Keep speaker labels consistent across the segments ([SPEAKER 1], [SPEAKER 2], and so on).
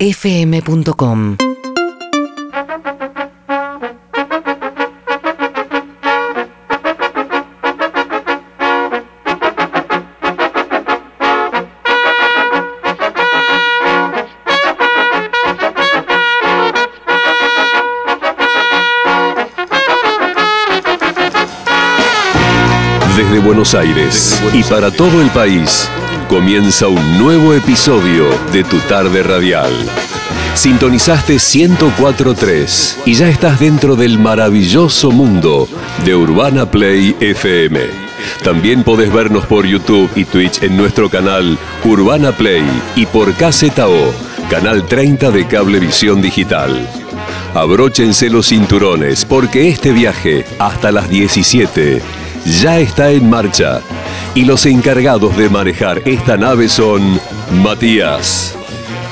[SPEAKER 1] urbanaplayfm.com
[SPEAKER 2] Desde Buenos Aires y para todo el país comienza un nuevo episodio de Tu Tarde Radial. Sintonizaste 1043 y ya estás dentro del maravilloso mundo de Urbana Play FM. También podés vernos por YouTube y Twitch en nuestro canal Urbana Play y por KZO, canal 30 de Cablevisión Digital. Abróchense los cinturones porque este viaje hasta las 17 ya está en marcha y los encargados de manejar esta nave son Matías,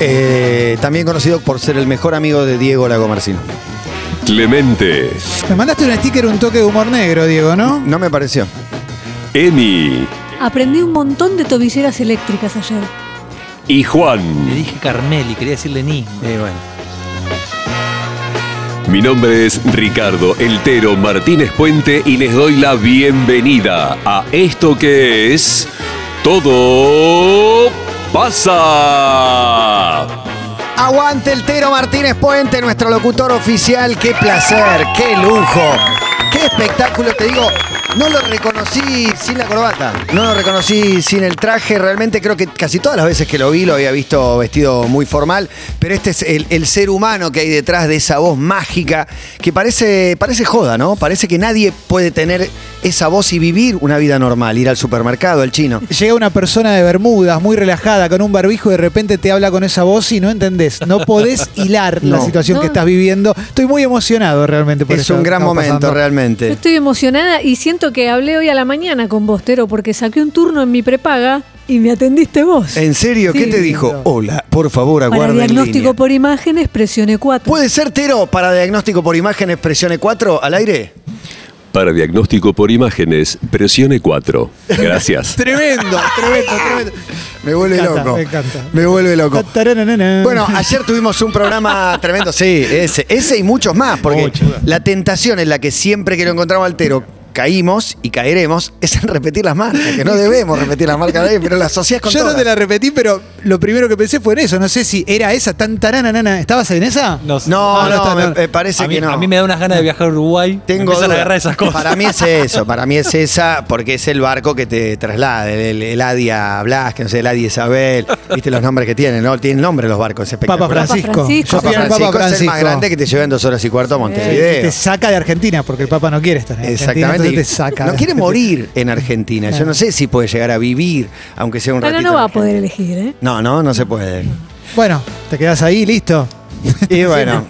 [SPEAKER 3] Eh, también conocido por ser el mejor amigo de Diego Lago Marcino.
[SPEAKER 2] Clemente,
[SPEAKER 4] Me mandaste un sticker, un toque de humor negro, Diego, ¿no?
[SPEAKER 3] No me pareció.
[SPEAKER 2] Emi
[SPEAKER 5] Aprendí un montón de tobilleras eléctricas ayer.
[SPEAKER 2] y
[SPEAKER 6] Le
[SPEAKER 2] Juan.
[SPEAKER 6] dije Carmel y quería decirle Nisma.
[SPEAKER 3] Eh, bueno.
[SPEAKER 2] Mi nombre es Ricardo Eltero Martínez Puente y les doy la bienvenida a esto que es Todo pasa.
[SPEAKER 3] Aguante el Tero Martínez Puente, nuestro locutor oficial. Qué placer, qué lujo, qué espectáculo. Te digo, no lo reconocí sin la corbata, no lo reconocí sin el traje. Realmente creo que casi todas las veces que lo vi lo había visto vestido muy formal, pero este es el, el ser humano que hay detrás de esa voz mágica que parece, parece joda, ¿no? Parece que nadie puede tener esa voz y vivir una vida normal, ir al supermercado, al chino.
[SPEAKER 4] Llega una persona de Bermudas, muy relajada, con un barbijo, y de repente te habla con esa voz y no entendés. No podés hilar la
[SPEAKER 3] No.
[SPEAKER 4] situación que
[SPEAKER 5] No.
[SPEAKER 4] estás viviendo. Estoy muy emocionado realmente por
[SPEAKER 3] Es
[SPEAKER 4] esto
[SPEAKER 3] un
[SPEAKER 4] que
[SPEAKER 3] gran
[SPEAKER 4] estamos
[SPEAKER 3] momento,
[SPEAKER 4] pasando.
[SPEAKER 5] Yo
[SPEAKER 3] realmente.
[SPEAKER 5] estoy emocionada y siento que hablé hoy a la mañana con vos, Tero, porque saqué un turno en mi prepaga y me atendiste vos.
[SPEAKER 3] ¿En serio? ¿Qué
[SPEAKER 4] Sí,
[SPEAKER 3] te
[SPEAKER 4] sí,
[SPEAKER 3] dijo?
[SPEAKER 4] no.
[SPEAKER 3] Hola, por favor, aguarda.
[SPEAKER 5] Para
[SPEAKER 3] en
[SPEAKER 5] diagnóstico
[SPEAKER 3] línea.
[SPEAKER 5] por imágenes, presione 4.
[SPEAKER 3] ¿Puede ser, Tero, para diagnóstico por imágenes, presione 4 al aire?
[SPEAKER 2] Para diagnóstico por imágenes, presione 4. Gracias.
[SPEAKER 4] Tremendo, tremendo, tremendo.
[SPEAKER 3] Me vuelve
[SPEAKER 4] Me encanta,
[SPEAKER 3] loco.
[SPEAKER 4] me encanta.
[SPEAKER 3] Me vuelve loco.
[SPEAKER 4] Taranana.
[SPEAKER 3] Bueno, ayer tuvimos un programa tremendo, sí, ese, ese y muchos más, porque la tentación en la que siempre que lo encontramos al Tero caímos y caeremos es en repetir las marcas, que no debemos repetir las marcas de nadie, pero las asocias con
[SPEAKER 4] Yo no
[SPEAKER 3] todas.
[SPEAKER 4] te la repetí, pero lo primero que pensé fue en eso. No sé si era esa tan taranana. ¿Estabas en esa?
[SPEAKER 6] sé.
[SPEAKER 3] No,
[SPEAKER 4] No, no,
[SPEAKER 3] no,
[SPEAKER 4] está,
[SPEAKER 3] me-
[SPEAKER 4] no.
[SPEAKER 3] me parece
[SPEAKER 6] a mí,
[SPEAKER 3] que no.
[SPEAKER 6] a mí me da unas ganas de viajar a Uruguay.
[SPEAKER 3] Tengo
[SPEAKER 6] Empezar a
[SPEAKER 3] duda.
[SPEAKER 6] agarrar esas cosas.
[SPEAKER 3] Para mí es eso, para mí es esa, porque es el barco que te traslada, el, el- el Adia Blas, que no sé, el Adia Isabel, viste los nombres que tienen, ¿no? Tienen nombre los barcos, es espectacular.
[SPEAKER 4] Papa Francisco.
[SPEAKER 5] Francisco.
[SPEAKER 4] Yo fui al Papa
[SPEAKER 3] Francisco es el
[SPEAKER 4] Francisco.
[SPEAKER 3] más grande que te lleva en dos horas y cuarto a
[SPEAKER 4] Que
[SPEAKER 3] Montevideo.
[SPEAKER 4] te saca de Argentina porque el Papa no quiere estar en Argentina,
[SPEAKER 3] Exactamente.
[SPEAKER 4] entonces te saca.
[SPEAKER 3] No
[SPEAKER 4] de
[SPEAKER 3] quiere
[SPEAKER 4] Argentina.
[SPEAKER 3] morir en Argentina. Yo no sé si puede llegar a vivir, aunque sea un ratito. en
[SPEAKER 5] Ahora no va a
[SPEAKER 3] Argentina.
[SPEAKER 5] poder elegir, ¿eh?
[SPEAKER 3] No, no, no se puede.
[SPEAKER 4] Bueno, te quedas ahí, listo.
[SPEAKER 3] Y bueno,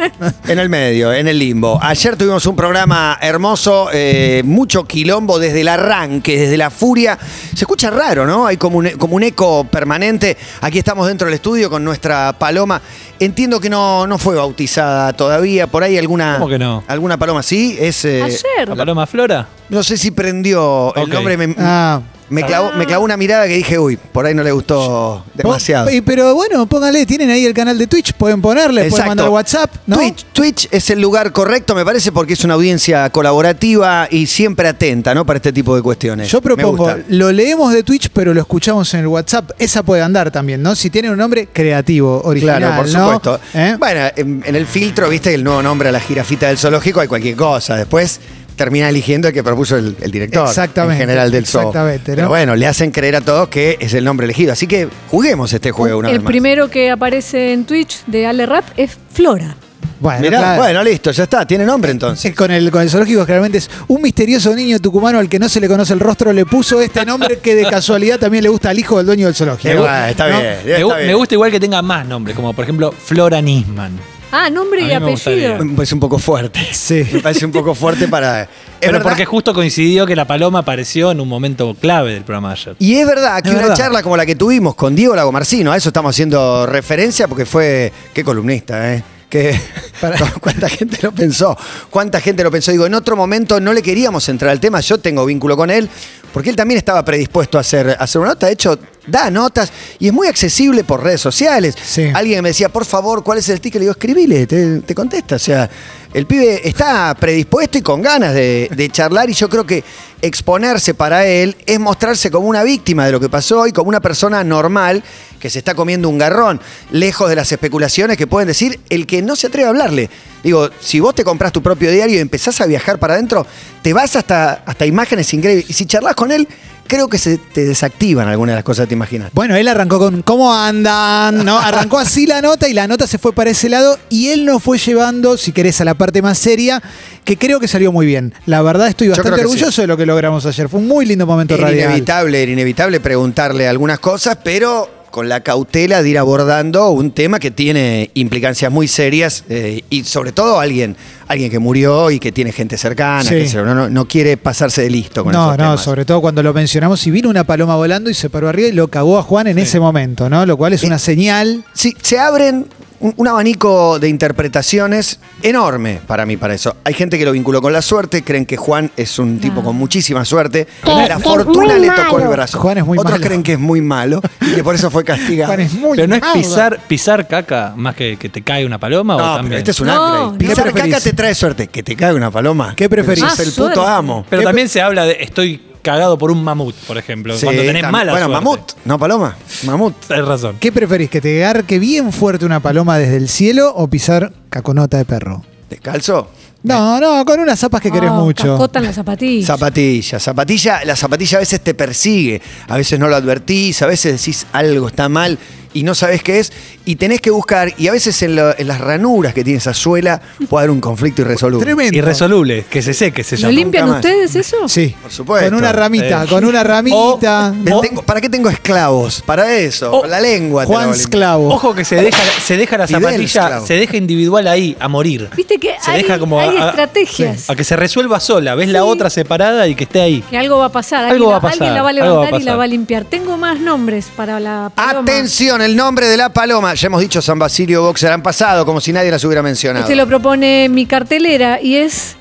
[SPEAKER 3] en el medio, en el limbo. Ayer tuvimos un programa hermoso, eh, mucho quilombo desde el arranque, desde la furia. Se escucha raro, ¿no? Hay como un, como un eco permanente. Aquí estamos dentro del estudio con nuestra paloma. Entiendo que no, no fue bautizada todavía. Por ahí alguna.
[SPEAKER 6] ¿Cómo que no?
[SPEAKER 3] Alguna paloma, sí. Es, eh,
[SPEAKER 6] ¿La
[SPEAKER 5] Ayer.
[SPEAKER 6] paloma Flora?
[SPEAKER 3] no sé si prendió el
[SPEAKER 6] Ok.
[SPEAKER 3] nombre. Me,
[SPEAKER 4] Ah.
[SPEAKER 3] me clavó, me clavó una mirada que dije, uy, por ahí no le gustó demasiado.
[SPEAKER 4] Po- y- Pero bueno, póngale, tienen ahí el canal de Twitch, pueden ponerle, pueden
[SPEAKER 3] Exacto.
[SPEAKER 4] mandar WhatsApp, ¿no?
[SPEAKER 3] Twitch, Twitch es el lugar correcto, me parece, porque es una audiencia colaborativa y siempre atenta, ¿no? Para este tipo de cuestiones.
[SPEAKER 4] Yo propongo,
[SPEAKER 3] Me gusta.
[SPEAKER 4] lo leemos de Twitch, pero lo escuchamos en el WhatsApp. Esa puede andar también, ¿no? Si tiene un nombre creativo, original.
[SPEAKER 3] Claro, por
[SPEAKER 4] ¿no?
[SPEAKER 3] supuesto.
[SPEAKER 4] ¿Eh?
[SPEAKER 3] Bueno, en, en el filtro, viste, el nuevo nombre a la jirafita del zoológico, hay cualquier cosa. Después termina eligiendo el que propuso el, el director.
[SPEAKER 4] Exactamente,
[SPEAKER 3] En general del zoo.
[SPEAKER 4] exactamente, ¿no?
[SPEAKER 3] Pero bueno, le hacen creer a todos que es el nombre elegido. Así que juguemos este juego una
[SPEAKER 5] el
[SPEAKER 3] vez más.
[SPEAKER 5] primero que aparece en Twitch de Ale Rap es Flora.
[SPEAKER 4] Bueno,
[SPEAKER 3] Mirá,
[SPEAKER 4] claro.
[SPEAKER 3] bueno, listo, ya está. Tiene nombre entonces.
[SPEAKER 4] Sí, Con el, con el zoológico, claramente es un misterioso niño tucumano al que no se le conoce el rostro, le puso este nombre que de casualidad también le gusta al hijo del dueño del zoológico.
[SPEAKER 3] Eh, bueno, está
[SPEAKER 4] ¿no?
[SPEAKER 3] bien.
[SPEAKER 6] Me,
[SPEAKER 3] está
[SPEAKER 6] gu-
[SPEAKER 3] bien.
[SPEAKER 6] me gusta igual que tenga más nombres, como por ejemplo Flora Nisman.
[SPEAKER 5] Ah, nombre
[SPEAKER 6] A
[SPEAKER 5] y
[SPEAKER 6] mí me
[SPEAKER 5] apellido.
[SPEAKER 6] gustaría.
[SPEAKER 3] Me parece un poco fuerte.
[SPEAKER 4] Sí.
[SPEAKER 3] Me parece un poco fuerte para. Es
[SPEAKER 6] Pero
[SPEAKER 3] verdad-
[SPEAKER 6] porque justo coincidió que la paloma apareció en un momento clave del programa de ayer.
[SPEAKER 3] Y es verdad que
[SPEAKER 4] Es
[SPEAKER 3] una
[SPEAKER 4] verdad.
[SPEAKER 3] charla como la que tuvimos con Diego Lagomarcino, a eso estamos haciendo referencia porque fue. Qué columnista, ¿eh? Que, ¿Cuánta gente lo pensó? ¿Cuánta gente lo pensó? Digo, en otro momento no le queríamos entrar al tema, yo tengo vínculo con él, Porque él también estaba predispuesto a hacer, a hacer una nota. De hecho, da notas y es muy accesible por redes sociales.
[SPEAKER 4] Sí.
[SPEAKER 3] Alguien me decía, por favor, ¿cuál es el ticket? Le digo, escribile, te, te contesta. O sea, el pibe está predispuesto y con ganas de, de charlar y yo creo que exponerse para él es mostrarse como una víctima de lo que pasó y como una persona normal que se está comiendo un garrón, lejos de las especulaciones que pueden decir el que no se atreve a hablarle. Digo, si vos te compras tu propio diario y empezás a viajar para adentro, te vas hasta, hasta imágenes increíbles. Y si charlas con él, creo que se te desactivan algunas de las cosas que te imaginas.
[SPEAKER 4] Bueno, él arrancó con ¿Cómo andan? ¿No? Arrancó así la nota y la nota se fue para ese lado y él nos fue llevando, si querés, a la parte más seria, que creo que salió muy bien. La verdad estoy
[SPEAKER 3] Yo
[SPEAKER 4] bastante
[SPEAKER 3] creo que
[SPEAKER 4] orgulloso de lo que logramos ayer. Fue un muy lindo momento
[SPEAKER 3] Era
[SPEAKER 4] radial.
[SPEAKER 3] inevitable, era inevitable preguntarle algunas cosas, pero con la cautela de ir abordando un tema que tiene implicancias muy serias eh, y sobre todo alguien, alguien que murió y que tiene gente cercana,
[SPEAKER 4] Sí.
[SPEAKER 3] qué sé yo, no, no- no quiere pasarse de listo con
[SPEAKER 4] No,
[SPEAKER 3] esos
[SPEAKER 4] no,
[SPEAKER 3] temas.
[SPEAKER 4] sobre todo cuando lo mencionamos y vino una paloma volando y se paró arriba y lo cagó a Juan en ese momento, ¿no? Lo cual es
[SPEAKER 3] Eh,
[SPEAKER 4] una señal.
[SPEAKER 3] Sí, se abren un, un abanico de interpretaciones enorme para mí, para eso. Hay gente que lo vinculó con la suerte, creen que Juan es un tipo con muchísima suerte. La
[SPEAKER 7] es
[SPEAKER 3] fortuna le
[SPEAKER 7] muy
[SPEAKER 3] tocó el
[SPEAKER 7] malo.
[SPEAKER 3] brazo.
[SPEAKER 4] Juan es muy
[SPEAKER 3] Otros
[SPEAKER 4] malo.
[SPEAKER 3] creen que es muy malo y que por eso fue castigado.
[SPEAKER 4] Juan es muy
[SPEAKER 6] Pero no es
[SPEAKER 4] malo.
[SPEAKER 6] pisar, pisar caca más que que te cae una paloma o
[SPEAKER 3] No, pero
[SPEAKER 6] Ah, también.
[SPEAKER 3] este es un
[SPEAKER 5] No,
[SPEAKER 3] upgrade.
[SPEAKER 5] no.
[SPEAKER 3] Pisar
[SPEAKER 4] ¿Qué preferís?
[SPEAKER 3] caca te trae suerte. Que te cague una paloma.
[SPEAKER 4] ¿Qué preferís?
[SPEAKER 3] Pero sos
[SPEAKER 5] Ah,
[SPEAKER 3] el
[SPEAKER 5] suerte.
[SPEAKER 3] puto amo.
[SPEAKER 6] Pero también se habla de estoy cagado por un mamut, por ejemplo.
[SPEAKER 3] Eh, Sí,
[SPEAKER 6] cuando tenés
[SPEAKER 3] tam-
[SPEAKER 6] mala
[SPEAKER 3] Bueno,
[SPEAKER 6] suerte.
[SPEAKER 3] mamut, no paloma. Mamut.
[SPEAKER 6] Tenés razón.
[SPEAKER 4] ¿Qué preferís? ¿Que te garque bien fuerte una paloma desde el cielo o pisar caconota de perro?
[SPEAKER 3] Descalzo.
[SPEAKER 4] No, no, con unas zapas que querés
[SPEAKER 5] Ah,
[SPEAKER 4] mucho.
[SPEAKER 5] Cascota en las zapatillas.
[SPEAKER 3] Zapatilla, zapatilla, la zapatilla a veces te persigue, a veces no lo advertís, a veces decís algo está mal y no sabes qué es, y tenés que buscar, y a veces en, la- en las ranuras que tiene esa suela puede haber un conflicto irresoluble.
[SPEAKER 4] Tremendo.
[SPEAKER 6] Irresoluble, que se seque, se
[SPEAKER 5] ¿Lo
[SPEAKER 6] llama.
[SPEAKER 5] limpian
[SPEAKER 3] nunca más.
[SPEAKER 5] ustedes eso?
[SPEAKER 4] Sí.
[SPEAKER 3] Por supuesto.
[SPEAKER 4] Con una ramita,
[SPEAKER 6] Eh.
[SPEAKER 4] con una ramita.
[SPEAKER 3] Te tengo- ¿Para qué tengo esclavos? Para eso,
[SPEAKER 6] Oh.
[SPEAKER 3] con la lengua. te la
[SPEAKER 4] Juan
[SPEAKER 3] voy a limpiar.
[SPEAKER 4] Sclavo.
[SPEAKER 6] Ojo que se deja, se deja la
[SPEAKER 3] Fidel
[SPEAKER 6] zapatilla,
[SPEAKER 3] Esclavo.
[SPEAKER 6] se deja individual ahí, a morir.
[SPEAKER 5] Viste que
[SPEAKER 6] se
[SPEAKER 5] hay- hay estrategias.
[SPEAKER 6] sí, A, que se resuelva sola, ves la
[SPEAKER 5] Sí.
[SPEAKER 6] otra separada y que esté ahí.
[SPEAKER 5] Que algo va a pasar. alguien,
[SPEAKER 6] Algo va a
[SPEAKER 5] la- alguien
[SPEAKER 6] pasar,
[SPEAKER 5] la va a
[SPEAKER 6] algo va a
[SPEAKER 5] levantar y la
[SPEAKER 6] pasar.
[SPEAKER 5] va a limpiar. Tengo más nombres para la paloma.
[SPEAKER 3] Atención, el nombre de la paloma. Ya hemos dicho San Basilio Boxer, han pasado como si nadie las hubiera mencionado.
[SPEAKER 5] Este lo propone mi cartelera y es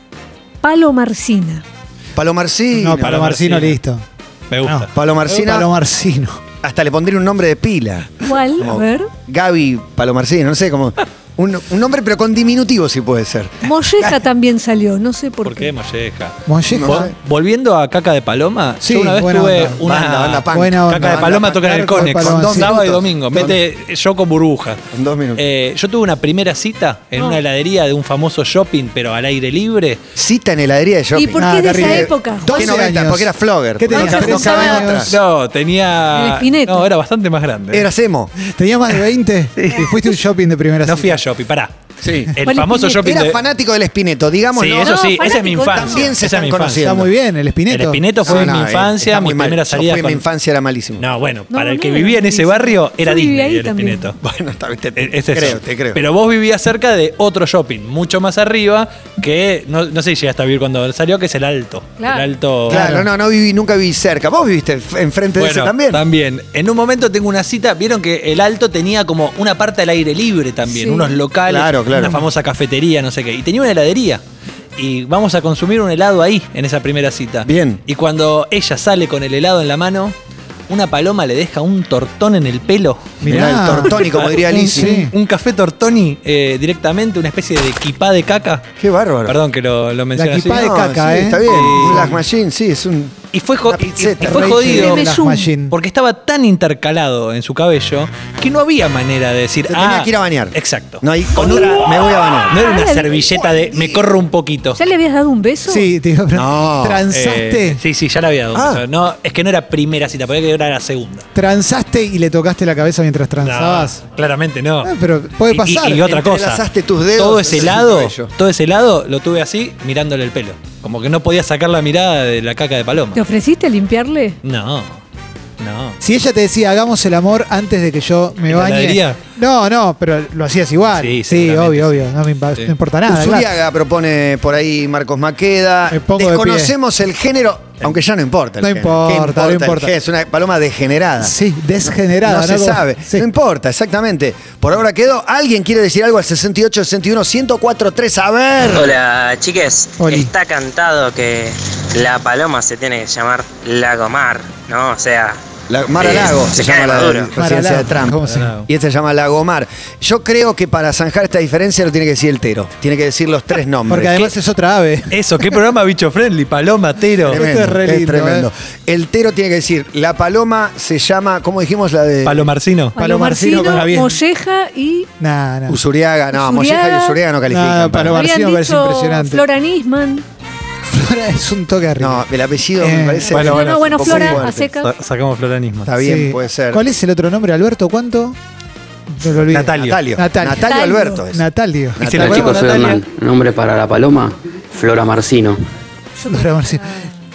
[SPEAKER 5] Palomarcina.
[SPEAKER 3] Palomarcina.
[SPEAKER 4] No, Palomarcino,
[SPEAKER 6] Palomarcino.
[SPEAKER 4] listo.
[SPEAKER 6] Me gusta.
[SPEAKER 3] Palomarcina.
[SPEAKER 4] Palomarcino.
[SPEAKER 3] Hasta le pondría un nombre de pila.
[SPEAKER 5] ¿Cuál? A
[SPEAKER 3] Como
[SPEAKER 5] ver.
[SPEAKER 3] Gaby Palomarcina, no sé, como un, un nombre pero con diminutivo si puede ser.
[SPEAKER 5] Molleja también salió, no sé por,
[SPEAKER 6] ¿Por qué molleja?
[SPEAKER 4] Molleja.
[SPEAKER 3] No.
[SPEAKER 6] Vol- Volviendo a caca de paloma,
[SPEAKER 4] Sí,
[SPEAKER 6] yo una vez
[SPEAKER 4] buena
[SPEAKER 6] tuve
[SPEAKER 4] onda.
[SPEAKER 6] una
[SPEAKER 3] Banda, banda punk.
[SPEAKER 4] Buena onda.
[SPEAKER 6] caca de
[SPEAKER 3] banda
[SPEAKER 6] paloma
[SPEAKER 3] punk.
[SPEAKER 6] toca en el
[SPEAKER 4] Caca de
[SPEAKER 6] Conex,
[SPEAKER 4] paloma, sí.
[SPEAKER 6] sábado y
[SPEAKER 3] Minutos.
[SPEAKER 6] domingo, mete yo con burbuja.
[SPEAKER 3] En dos minutos.
[SPEAKER 6] Eh, yo tuve una primera cita en
[SPEAKER 5] No.
[SPEAKER 6] una heladería de un famoso shopping, pero al aire libre.
[SPEAKER 3] Cita en heladería de shopping.
[SPEAKER 5] ¿Y por qué
[SPEAKER 4] Ah,
[SPEAKER 5] de esa
[SPEAKER 4] terrible.
[SPEAKER 5] época?
[SPEAKER 3] ¿Qué
[SPEAKER 4] 12
[SPEAKER 3] noventa?
[SPEAKER 4] años.
[SPEAKER 3] Porque era flogger.
[SPEAKER 4] ¿Qué
[SPEAKER 3] Porque
[SPEAKER 4] tenías,
[SPEAKER 3] no
[SPEAKER 4] tres
[SPEAKER 3] cabe
[SPEAKER 4] años?
[SPEAKER 3] otra.
[SPEAKER 6] No,
[SPEAKER 5] El
[SPEAKER 6] tenía.
[SPEAKER 5] Spinetta.
[SPEAKER 6] No, era bastante más grande.
[SPEAKER 3] Eras emo.
[SPEAKER 4] ¿Tenía más de 20? Y fuiste a un shopping de primera
[SPEAKER 6] no fui a
[SPEAKER 4] cita.
[SPEAKER 6] shopping, pará.
[SPEAKER 3] Sí.
[SPEAKER 6] El
[SPEAKER 5] ¿Cuál
[SPEAKER 6] famoso
[SPEAKER 5] Spinetta?
[SPEAKER 6] shopping
[SPEAKER 3] Era
[SPEAKER 6] de-
[SPEAKER 3] fanático del Espineto, digamos.
[SPEAKER 6] Sí,
[SPEAKER 3] ¿no?
[SPEAKER 6] eso sí,
[SPEAKER 5] No,
[SPEAKER 6] esa es mi
[SPEAKER 5] fanático
[SPEAKER 6] infancia.
[SPEAKER 3] también se
[SPEAKER 6] esa es
[SPEAKER 3] están
[SPEAKER 6] mi infancia.
[SPEAKER 4] Está muy bien, el
[SPEAKER 6] El
[SPEAKER 4] Espineto.
[SPEAKER 6] Espineto fue
[SPEAKER 3] No,
[SPEAKER 6] mi
[SPEAKER 3] no, eh,
[SPEAKER 6] infancia,
[SPEAKER 3] está
[SPEAKER 6] mi
[SPEAKER 3] muy mal.
[SPEAKER 6] primera
[SPEAKER 3] Yo
[SPEAKER 6] salida.
[SPEAKER 3] fui en
[SPEAKER 6] con-
[SPEAKER 3] mi infancia era malísimo.
[SPEAKER 6] No, bueno,
[SPEAKER 5] No,
[SPEAKER 6] para el
[SPEAKER 5] no
[SPEAKER 6] que
[SPEAKER 5] era
[SPEAKER 6] vivía en ese
[SPEAKER 5] malísimo.
[SPEAKER 6] barrio era
[SPEAKER 5] Yo viví ahí
[SPEAKER 6] Disney el
[SPEAKER 5] también.
[SPEAKER 6] Espineto.
[SPEAKER 3] Bueno, está, te,
[SPEAKER 6] E- es eso.
[SPEAKER 3] creo, te creo.
[SPEAKER 6] Pero vos vivías cerca de otro shopping, mucho más arriba, que no, no sé si llegaste a vivir cuando salió, que es el alto.
[SPEAKER 5] Claro.
[SPEAKER 6] El alto.
[SPEAKER 3] claro, no, no viví, nunca viví cerca. Vos viviste f- enfrente de
[SPEAKER 6] Bueno,
[SPEAKER 3] ese también.
[SPEAKER 6] En un momento tengo una cita, vieron que el alto tenía como una parte al aire libre también,
[SPEAKER 5] Sí.
[SPEAKER 6] unos locales,
[SPEAKER 3] Claro, claro.
[SPEAKER 6] una famosa cafetería, no sé qué. Y tenía una heladería. Y vamos a consumir un helado ahí, en esa primera cita.
[SPEAKER 3] Bien.
[SPEAKER 6] Y cuando ella sale con el helado en la mano, una paloma le deja un tortón en el pelo.
[SPEAKER 3] Mirá, el tortoni, como diría Lizzy.
[SPEAKER 4] Sí.
[SPEAKER 6] Un café tortoni eh, directamente, una especie de equipá de caca.
[SPEAKER 3] Qué bárbaro.
[SPEAKER 6] Perdón que lo, lo mencioné así.
[SPEAKER 4] quipá de
[SPEAKER 3] No,
[SPEAKER 4] caca,
[SPEAKER 3] sí,
[SPEAKER 4] ¿eh?
[SPEAKER 3] Está bien.
[SPEAKER 6] Sí.
[SPEAKER 3] Un Black Machine, sí, es un.
[SPEAKER 6] Y fue, jo-
[SPEAKER 3] Una
[SPEAKER 6] y- y-
[SPEAKER 3] pizzeta,
[SPEAKER 6] y fue
[SPEAKER 3] rey,
[SPEAKER 6] jodido.
[SPEAKER 5] Jimmy
[SPEAKER 4] Las
[SPEAKER 5] Jung.
[SPEAKER 4] Machine.
[SPEAKER 6] Porque estaba tan intercalado en su cabello que no había manera de decir.
[SPEAKER 3] Te
[SPEAKER 6] ah,
[SPEAKER 3] tenía que ir a bañar.
[SPEAKER 6] Exacto.
[SPEAKER 3] No, y con otra, me voy a bañar.
[SPEAKER 6] No era una
[SPEAKER 5] Ah,
[SPEAKER 6] servilleta de me corro un poquito.
[SPEAKER 5] ¿Ya le habías dado un beso?
[SPEAKER 4] Sí, te iba a
[SPEAKER 3] No.
[SPEAKER 4] preguntar. ¿Transaste?
[SPEAKER 6] Eh, sí, sí, ya la había dado.
[SPEAKER 3] Ah.
[SPEAKER 6] Pero No, es que no era primera cita, podía que era la segunda.
[SPEAKER 4] ¿Transaste y le tocaste la cabeza mientras
[SPEAKER 6] No,
[SPEAKER 4] transabas?
[SPEAKER 6] claramente no.
[SPEAKER 4] Ah, pero puede
[SPEAKER 6] Y- y-
[SPEAKER 4] pasar.
[SPEAKER 6] Y, otra cosa.
[SPEAKER 3] Entrelazaste tus dedos
[SPEAKER 6] todo ese
[SPEAKER 3] en el
[SPEAKER 6] lado,
[SPEAKER 3] cabello.
[SPEAKER 6] todo ese lado lo tuve así, mirándole el pelo. Como que no podía sacar la mirada de la caca de paloma.
[SPEAKER 5] ¿Te ofreciste a limpiarle?
[SPEAKER 6] No, no.
[SPEAKER 4] Si ella te decía, hagamos el amor antes de que yo me
[SPEAKER 6] ¿En la
[SPEAKER 4] bañe.
[SPEAKER 6] heladería?
[SPEAKER 4] No, no, pero lo hacías igual.
[SPEAKER 6] Sí,
[SPEAKER 4] Sí,
[SPEAKER 6] seguramente,
[SPEAKER 4] obvio,
[SPEAKER 6] sí.
[SPEAKER 4] obvio. No me impa-
[SPEAKER 6] Sí.
[SPEAKER 4] no importa nada.
[SPEAKER 3] Usuriaga
[SPEAKER 4] claro.
[SPEAKER 3] propone por ahí Marcos Maqueda.
[SPEAKER 4] Me pongo de
[SPEAKER 3] Desconocemos el género, aunque ya no importa. el
[SPEAKER 4] No
[SPEAKER 3] género.
[SPEAKER 4] importa,
[SPEAKER 3] ¿Qué
[SPEAKER 4] no
[SPEAKER 3] el
[SPEAKER 4] importa.
[SPEAKER 3] género? Es una paloma degenerada.
[SPEAKER 4] Sí, desgenerada.
[SPEAKER 3] no se
[SPEAKER 4] Como-
[SPEAKER 3] sabe.
[SPEAKER 4] Sí.
[SPEAKER 3] No importa, exactamente. Por ahora quedó. ¿Alguien quiere decir algo al 68, 61, 1043? A ver.
[SPEAKER 8] Hola, chiques.
[SPEAKER 4] Oli.
[SPEAKER 8] Está cantado que
[SPEAKER 7] La paloma se tiene que llamar Lagomar, ¿no? O sea.
[SPEAKER 3] La, Mar a
[SPEAKER 7] eh,
[SPEAKER 3] Lago
[SPEAKER 7] se
[SPEAKER 3] se,
[SPEAKER 7] cae
[SPEAKER 3] llama la
[SPEAKER 7] Maduro.
[SPEAKER 3] presidencia de Trump.
[SPEAKER 4] ¿Cómo se llama?
[SPEAKER 3] Y este se llama Lagomar. Yo creo que para zanjar esta diferencia lo tiene que decir el Tero. Tiene que decir los tres nombres.
[SPEAKER 4] Porque además es otra ave.
[SPEAKER 6] Eso, qué programa bicho friendly, paloma, tero.
[SPEAKER 3] Tremendo,
[SPEAKER 4] Esto es re
[SPEAKER 3] es
[SPEAKER 4] lindo,
[SPEAKER 3] tremendo.
[SPEAKER 4] ¿eh?
[SPEAKER 3] El Tero tiene que decir, la paloma se llama, ¿cómo dijimos la de?
[SPEAKER 6] Palomarcino.
[SPEAKER 4] Eh, Palomarcino
[SPEAKER 5] Palomarcino,
[SPEAKER 4] con la bien.
[SPEAKER 5] Molleja y.
[SPEAKER 4] Nah, nah.
[SPEAKER 3] Usuriaga, no,
[SPEAKER 5] Usuriaga.
[SPEAKER 3] Molleja y Usuriaga no califican.
[SPEAKER 4] No, Paloma- Palomarcino
[SPEAKER 5] habían
[SPEAKER 4] me parece
[SPEAKER 5] dicho
[SPEAKER 4] impresionante.
[SPEAKER 5] Flora Nisman.
[SPEAKER 4] Flora es un toque arriba.
[SPEAKER 3] No, el apellido
[SPEAKER 4] Eh,
[SPEAKER 3] me parece.
[SPEAKER 6] bueno,
[SPEAKER 5] No,
[SPEAKER 6] bueno,
[SPEAKER 5] no, bueno,
[SPEAKER 3] un poco
[SPEAKER 5] Flora,
[SPEAKER 3] fuerte.
[SPEAKER 5] a seca.
[SPEAKER 6] Sa- Sacamos floranismo.
[SPEAKER 3] Está bien,
[SPEAKER 4] Sí.
[SPEAKER 3] puede ser.
[SPEAKER 4] ¿Cuál es el otro nombre, Alberto? ¿Cuánto? No lo olvidé.
[SPEAKER 6] Natalio.
[SPEAKER 3] Natalio.
[SPEAKER 4] Natalio.
[SPEAKER 3] Natalio, Alberto es.
[SPEAKER 4] Natalio.
[SPEAKER 6] Dicen
[SPEAKER 8] Ah,
[SPEAKER 6] los
[SPEAKER 4] Natalio.
[SPEAKER 6] chicos,
[SPEAKER 4] Natalio.
[SPEAKER 6] Hernán,
[SPEAKER 8] Nombre para la paloma, Flora Marcino.
[SPEAKER 4] Flora Marcino.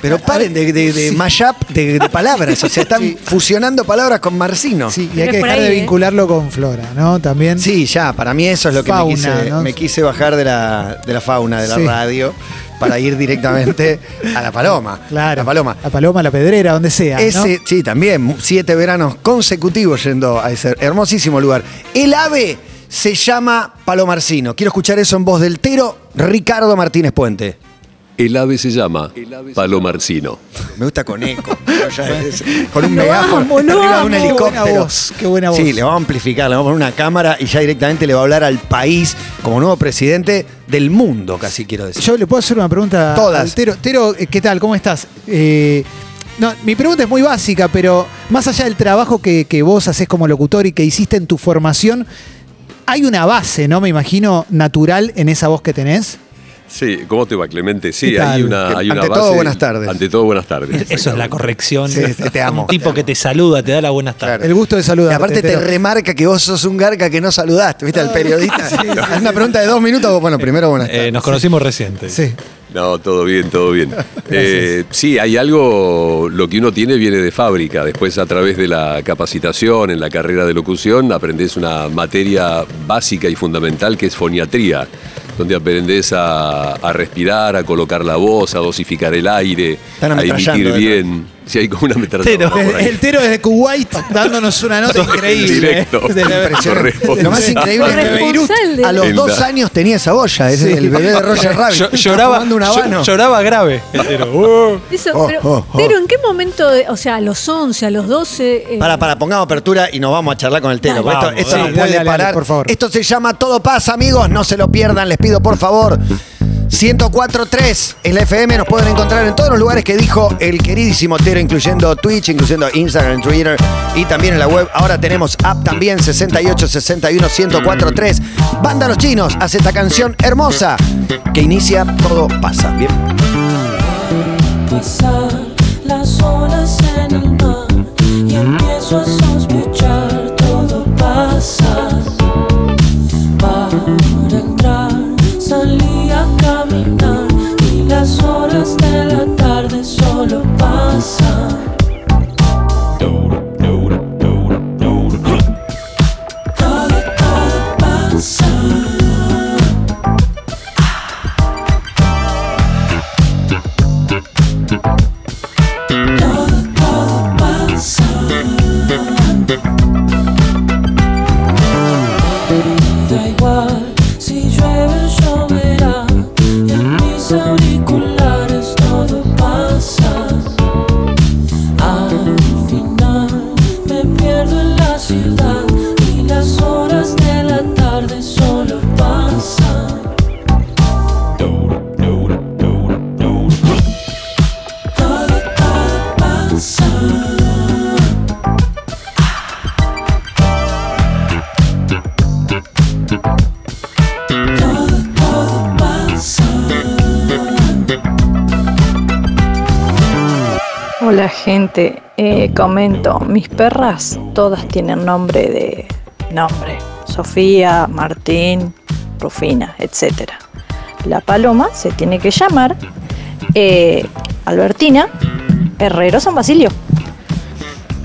[SPEAKER 3] Pero paren de, de, de mashup de, de palabras. O sea, están fusionando palabras con Marcino. Sí.
[SPEAKER 4] Sí, y hay
[SPEAKER 5] Es
[SPEAKER 4] que
[SPEAKER 5] por
[SPEAKER 4] dejar de
[SPEAKER 5] ahí, ¿eh?
[SPEAKER 4] vincularlo con Flora, ¿no? También.
[SPEAKER 3] ya, para mí eso es lo que
[SPEAKER 4] Fauna,
[SPEAKER 3] me, quise,
[SPEAKER 4] ¿no?
[SPEAKER 3] me quise bajar de la, de la fauna, de la
[SPEAKER 4] Sí.
[SPEAKER 3] radio, para ir directamente a la paloma.
[SPEAKER 4] Claro.
[SPEAKER 3] La paloma.
[SPEAKER 4] La paloma, la pedrera, donde sea. ¿no?
[SPEAKER 3] Ese, sí, también, mu- siete veranos consecutivos yendo a ese hermosísimo lugar. El ave se llama Palomarcino. Quiero escuchar eso en voz del Tero Ricardo Martínez Puente.
[SPEAKER 9] El ave se llama Palomarcino.
[SPEAKER 3] Me gusta con eco, pero ya es- con un
[SPEAKER 5] Lo
[SPEAKER 3] megáfono
[SPEAKER 5] amo, lo
[SPEAKER 3] arriba de un
[SPEAKER 5] amo.
[SPEAKER 3] helicóptero.
[SPEAKER 4] Qué buena voz, qué buena voz.
[SPEAKER 3] Sí, le vamos a amplificar, le vamos a poner una cámara y ya directamente le va a hablar al país como nuevo presidente del mundo, casi quiero decir.
[SPEAKER 4] Yo le puedo hacer una pregunta.
[SPEAKER 3] Todas.
[SPEAKER 4] al Tero, Tero, eh, ¿qué tal? ¿Cómo estás? Eh, no, mi pregunta es muy básica, pero más allá del trabajo que, que vos haces como locutor y que hiciste en tu formación, hay una base, ¿no? Me imagino, natural en esa voz que tenés.
[SPEAKER 9] Sí, ¿cómo te va, Clemente? Sí,
[SPEAKER 4] ¿Qué tal?
[SPEAKER 9] hay una, hay una
[SPEAKER 3] Ante
[SPEAKER 9] base-
[SPEAKER 3] todo, buenas tardes.
[SPEAKER 9] Ante todo, buenas tardes.
[SPEAKER 6] Eso es la corrección.
[SPEAKER 3] Sí, te- te amo,
[SPEAKER 6] Un tipo
[SPEAKER 3] te amo.
[SPEAKER 6] que te saluda, te da la buena tarde.
[SPEAKER 3] Claro.
[SPEAKER 4] El gusto de
[SPEAKER 3] y
[SPEAKER 4] saludar.
[SPEAKER 3] aparte te remarca que vos sos un garca que no saludaste, ¿viste? Al periodista. Haz una pregunta de dos minutos, vos, bueno, primero buenas tardes.
[SPEAKER 6] Eh, nos conocimos reciente.
[SPEAKER 4] Sí.
[SPEAKER 9] No, todo bien, todo bien. Eh, sí, hay algo, lo que uno tiene viene de fábrica. Después, a través de la capacitación en la carrera de locución, aprendés una materia básica y fundamental que es foniatría, donde aprendés a, a respirar, a colocar la voz, a dosificar el aire,
[SPEAKER 3] Están
[SPEAKER 9] a
[SPEAKER 3] ametrallando
[SPEAKER 9] emitir
[SPEAKER 3] detrás.
[SPEAKER 9] bien. Sí, hay como una
[SPEAKER 6] Pero-
[SPEAKER 9] ametralladora por ahí.
[SPEAKER 4] El Tero desde Kuwait dándonos una nota increíble.
[SPEAKER 9] Directo.
[SPEAKER 4] Desde la-
[SPEAKER 3] Lo más increíble es que Beirut
[SPEAKER 5] Corresponsal de-
[SPEAKER 3] a los
[SPEAKER 9] En
[SPEAKER 3] dos
[SPEAKER 9] la-
[SPEAKER 3] años tenía esa boya, es el bebé de Roger Rabbit.
[SPEAKER 6] Yo-
[SPEAKER 3] Está
[SPEAKER 6] lloraba,
[SPEAKER 3] fumando un
[SPEAKER 6] llo-
[SPEAKER 3] habano.
[SPEAKER 6] lloraba grave. entero. Uh.
[SPEAKER 5] Eso,
[SPEAKER 3] Oh,
[SPEAKER 5] pero,
[SPEAKER 3] oh, oh.
[SPEAKER 5] pero ¿en qué momento, de- o sea, a los 11, a los 12? eh,
[SPEAKER 3] Para, para, pongamos apertura y nos vamos a charlar con el Tero.
[SPEAKER 6] Dale,
[SPEAKER 3] esto esto
[SPEAKER 6] vamos, dale,
[SPEAKER 3] no puede
[SPEAKER 4] dale, dale,
[SPEAKER 3] parar.
[SPEAKER 4] por favor.
[SPEAKER 3] Esto se llama Todo Pasa, amigos. No se lo pierdan, les pido por favor. 104.3 es la FM, nos pueden encontrar en todos los lugares que dijo el queridísimo Tero, incluyendo Twitch, incluyendo Instagram, Twitter y también en la web. Ahora tenemos app también, 6861-1043. Banda Los Chinos hace esta canción hermosa que inicia Todo Pasa. Bien.
[SPEAKER 10] pasar las olas en el mar y empiezo a sospechar todo pasa para entrar salí a caminar y las horas de la tarde solo pasan todo todo pasa Da igual si llueve o lloverá, en mis auriculares todo pasa. Al final me pierdo en la ciudad y las horas de la tarde solo pasan. Todo, todo pasa. Todo, todo pasa.
[SPEAKER 11] Hola gente, Eh, comento, mis perras todas tienen nombre de nombre, Sofía, Martín, Rufina, etc. La paloma se tiene que llamar eh, Albertina Herrero San Basilio.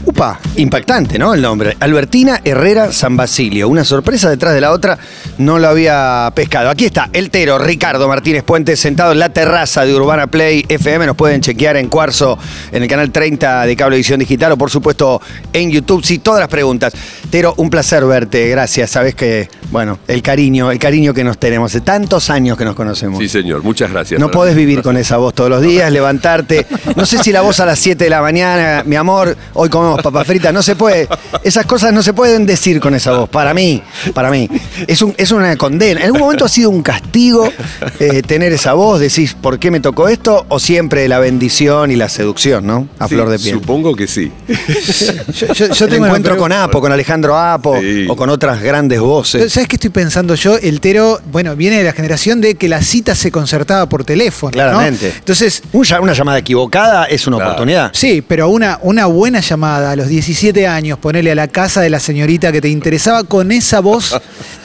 [SPEAKER 3] Upa, impactante, ¿no? El nombre. Albertina Herrera San Basilio. Una sorpresa detrás de la otra. No lo había pescado. Aquí está el tero Ricardo Martínez Puentes sentado en la terraza de Urbana Play FM. Nos pueden chequear en Cuarzo, en el canal 30 de Cablevisión Digital o por supuesto en YouTube. Sí, todas las preguntas. Tero, un placer verte. Gracias. Sabes que, bueno, el cariño, el cariño que nos tenemos. Hace tantos años que nos conocemos.
[SPEAKER 2] Sí, señor, muchas gracias.
[SPEAKER 3] No podés vivir con
[SPEAKER 2] eso.
[SPEAKER 3] esa voz todos los días, levantarte. No sé si la voz a las 7 de la mañana, mi amor, hoy comemos papa frita. No se puede. Esas cosas no se pueden decir con esa voz. Para mí, para mí. Es, un- es una condena. En algún momento ha sido un castigo eh, tener esa voz. Decís, ¿por qué me tocó esto? O siempre la bendición y la seducción, ¿no? A flor de piel.
[SPEAKER 2] Supongo que sí.
[SPEAKER 4] Yo, yo- yo
[SPEAKER 3] Yo te
[SPEAKER 4] tengo una
[SPEAKER 3] encuentro
[SPEAKER 4] pregunta.
[SPEAKER 3] con Apo, con Alejandro Apo
[SPEAKER 2] Sí.
[SPEAKER 3] o con otras grandes
[SPEAKER 4] Pero,
[SPEAKER 3] voces.
[SPEAKER 4] ¿Sabes qué estoy pensando yo? El Tero, bueno, viene de la generación de que la cita se concertaba por teléfono. ¿no?
[SPEAKER 3] Claramente.
[SPEAKER 4] Entonces,
[SPEAKER 3] Un ll- una llamada equivocada es una
[SPEAKER 2] Claro.
[SPEAKER 3] oportunidad.
[SPEAKER 4] sí, pero una, una buena llamada a los 17 años, ponerle a la casa de la señorita que te interesaba con esa voz,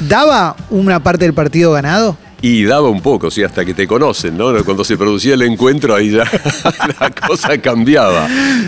[SPEAKER 4] ¿daba una parte del partido ganado?
[SPEAKER 2] Y daba un poco, sí, hasta que te conocen, ¿no? Cuando se producía el encuentro, ahí ya la cosa cambiaba.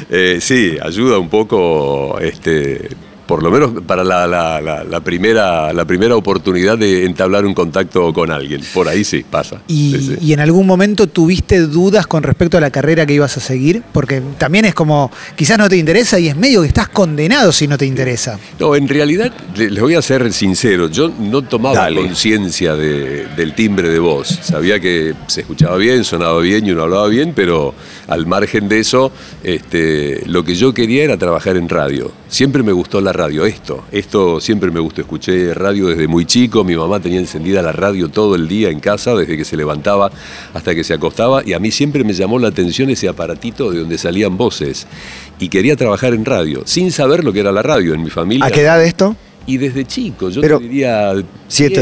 [SPEAKER 2] Eh, sí, ayuda un poco, este, por lo menos para la, la- la- la primera, la primera oportunidad de entablar un contacto con alguien. Por ahí sí, pasa.
[SPEAKER 4] Y,
[SPEAKER 2] Sí, sí.
[SPEAKER 4] y en algún momento tuviste dudas con respecto a la carrera que ibas a seguir? Porque también es como, quizás no te interesa y es medio que estás condenado si no te interesa.
[SPEAKER 2] No, en realidad, le- les voy a ser sincero, yo no tomaba
[SPEAKER 3] Dale.
[SPEAKER 2] conciencia de- del timbre de voz. Sabía que se escuchaba bien, sonaba bien y uno hablaba bien, pero al margen de eso, este, lo que yo quería era trabajar en radio. Siempre me gustó la radio, esto, esto siempre me gustó. Escuché radio desde muy chico, mi mamá tenía encendida la radio todo el día en casa, desde que se levantaba hasta que se acostaba, y a mí siempre me llamó la atención ese aparatito de donde salían voces. Y quería trabajar en radio, sin saber lo que era la radio en mi familia.
[SPEAKER 3] ¿A qué edad esto?
[SPEAKER 2] Y desde chico, yo
[SPEAKER 3] Pero,
[SPEAKER 2] te diría.
[SPEAKER 3] siete,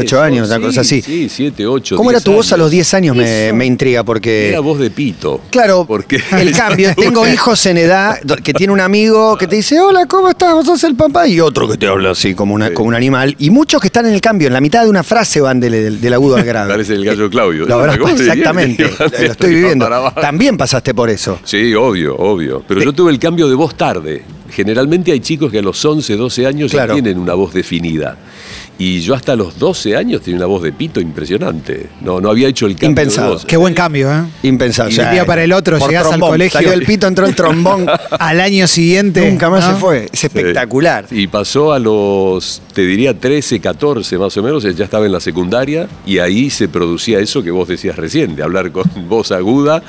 [SPEAKER 2] 7,
[SPEAKER 3] ocho años, una cosa así.
[SPEAKER 2] Sí, 7, 8.
[SPEAKER 3] ¿Cómo era tu voz a los 10 años? Me, me intriga porque...
[SPEAKER 2] Era voz de pito.
[SPEAKER 3] Claro,
[SPEAKER 2] Porque
[SPEAKER 3] el cambio. Tengo hijos en edad do- que tiene un amigo que te dice, hola, ¿cómo estás? ¿Vos sos el papá? Y otro que te habla así, como, una,
[SPEAKER 2] Sí.
[SPEAKER 3] como un animal. Y muchos que están en el cambio, en la mitad de una frase van del, del- del agudo al grave.
[SPEAKER 2] Parece el gallo Claudio.
[SPEAKER 3] Lo habrás-
[SPEAKER 2] ¿Cómo te diría?
[SPEAKER 3] Eh, exactamente,
[SPEAKER 2] Iba hacia
[SPEAKER 3] lo estoy
[SPEAKER 2] arriba,
[SPEAKER 3] viviendo.
[SPEAKER 2] para abajo.
[SPEAKER 3] También pasaste por eso.
[SPEAKER 2] Sí, obvio, obvio. Pero
[SPEAKER 3] Pe-
[SPEAKER 2] yo tuve el cambio de voz tarde. Generalmente hay chicos que a los 11, 12 años
[SPEAKER 3] Claro.
[SPEAKER 2] ya tienen una voz definida. Y yo hasta los 12 años tenía una voz de pito impresionante. No, no había hecho el cambio
[SPEAKER 3] Impensado.
[SPEAKER 2] de voz.
[SPEAKER 4] Qué buen cambio, ¿eh?
[SPEAKER 3] Impensable.
[SPEAKER 4] Y de un día para el otro
[SPEAKER 3] por
[SPEAKER 4] llegás al
[SPEAKER 3] trombón.
[SPEAKER 4] colegio.
[SPEAKER 3] Salió el pito, entró el trombón.
[SPEAKER 4] Al año siguiente.
[SPEAKER 3] Nunca más
[SPEAKER 4] ¿no?
[SPEAKER 3] se fue. Es espectacular.
[SPEAKER 2] Y pasó a los, te diría, 13, 14 más o menos, ya estaba en la secundaria y ahí se producía eso que vos decías recién, de hablar con voz aguda,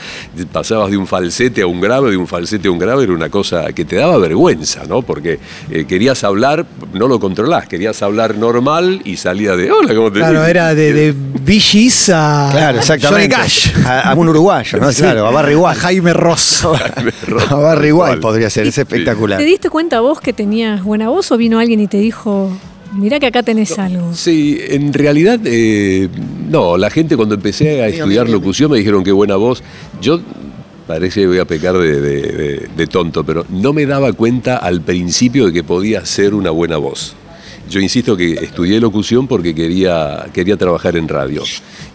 [SPEAKER 2] pasabas de un falsete a un grave, de un falsete a un grave, era una cosa que te daba vergüenza, ¿no? Porque eh, querías hablar, no lo controlás, querías hablar normal y salía de, hola, ¿cómo te
[SPEAKER 4] Claro, era de, de VGs a
[SPEAKER 3] Claro,
[SPEAKER 4] Ah, Johnny
[SPEAKER 3] exactamente.
[SPEAKER 4] Cash.
[SPEAKER 3] A, a un uruguayo, ¿no? Claro, a Barry
[SPEAKER 4] A
[SPEAKER 3] White.
[SPEAKER 4] Jaime Ross.
[SPEAKER 3] A Barry White podría ser, es espectacular.
[SPEAKER 5] ¿Te diste cuenta vos que tenías buena voz o vino alguien y te dijo, mirá que acá tenés algo?
[SPEAKER 2] Sí, en realidad, eh, no, la gente cuando empecé a estudiar locución me dijeron qué buena voz. Yo parece que voy a pecar de, de- de- de tonto, pero no me daba cuenta al principio de que podía ser una buena voz. Yo insisto que estudié locución porque quería, quería trabajar en radio.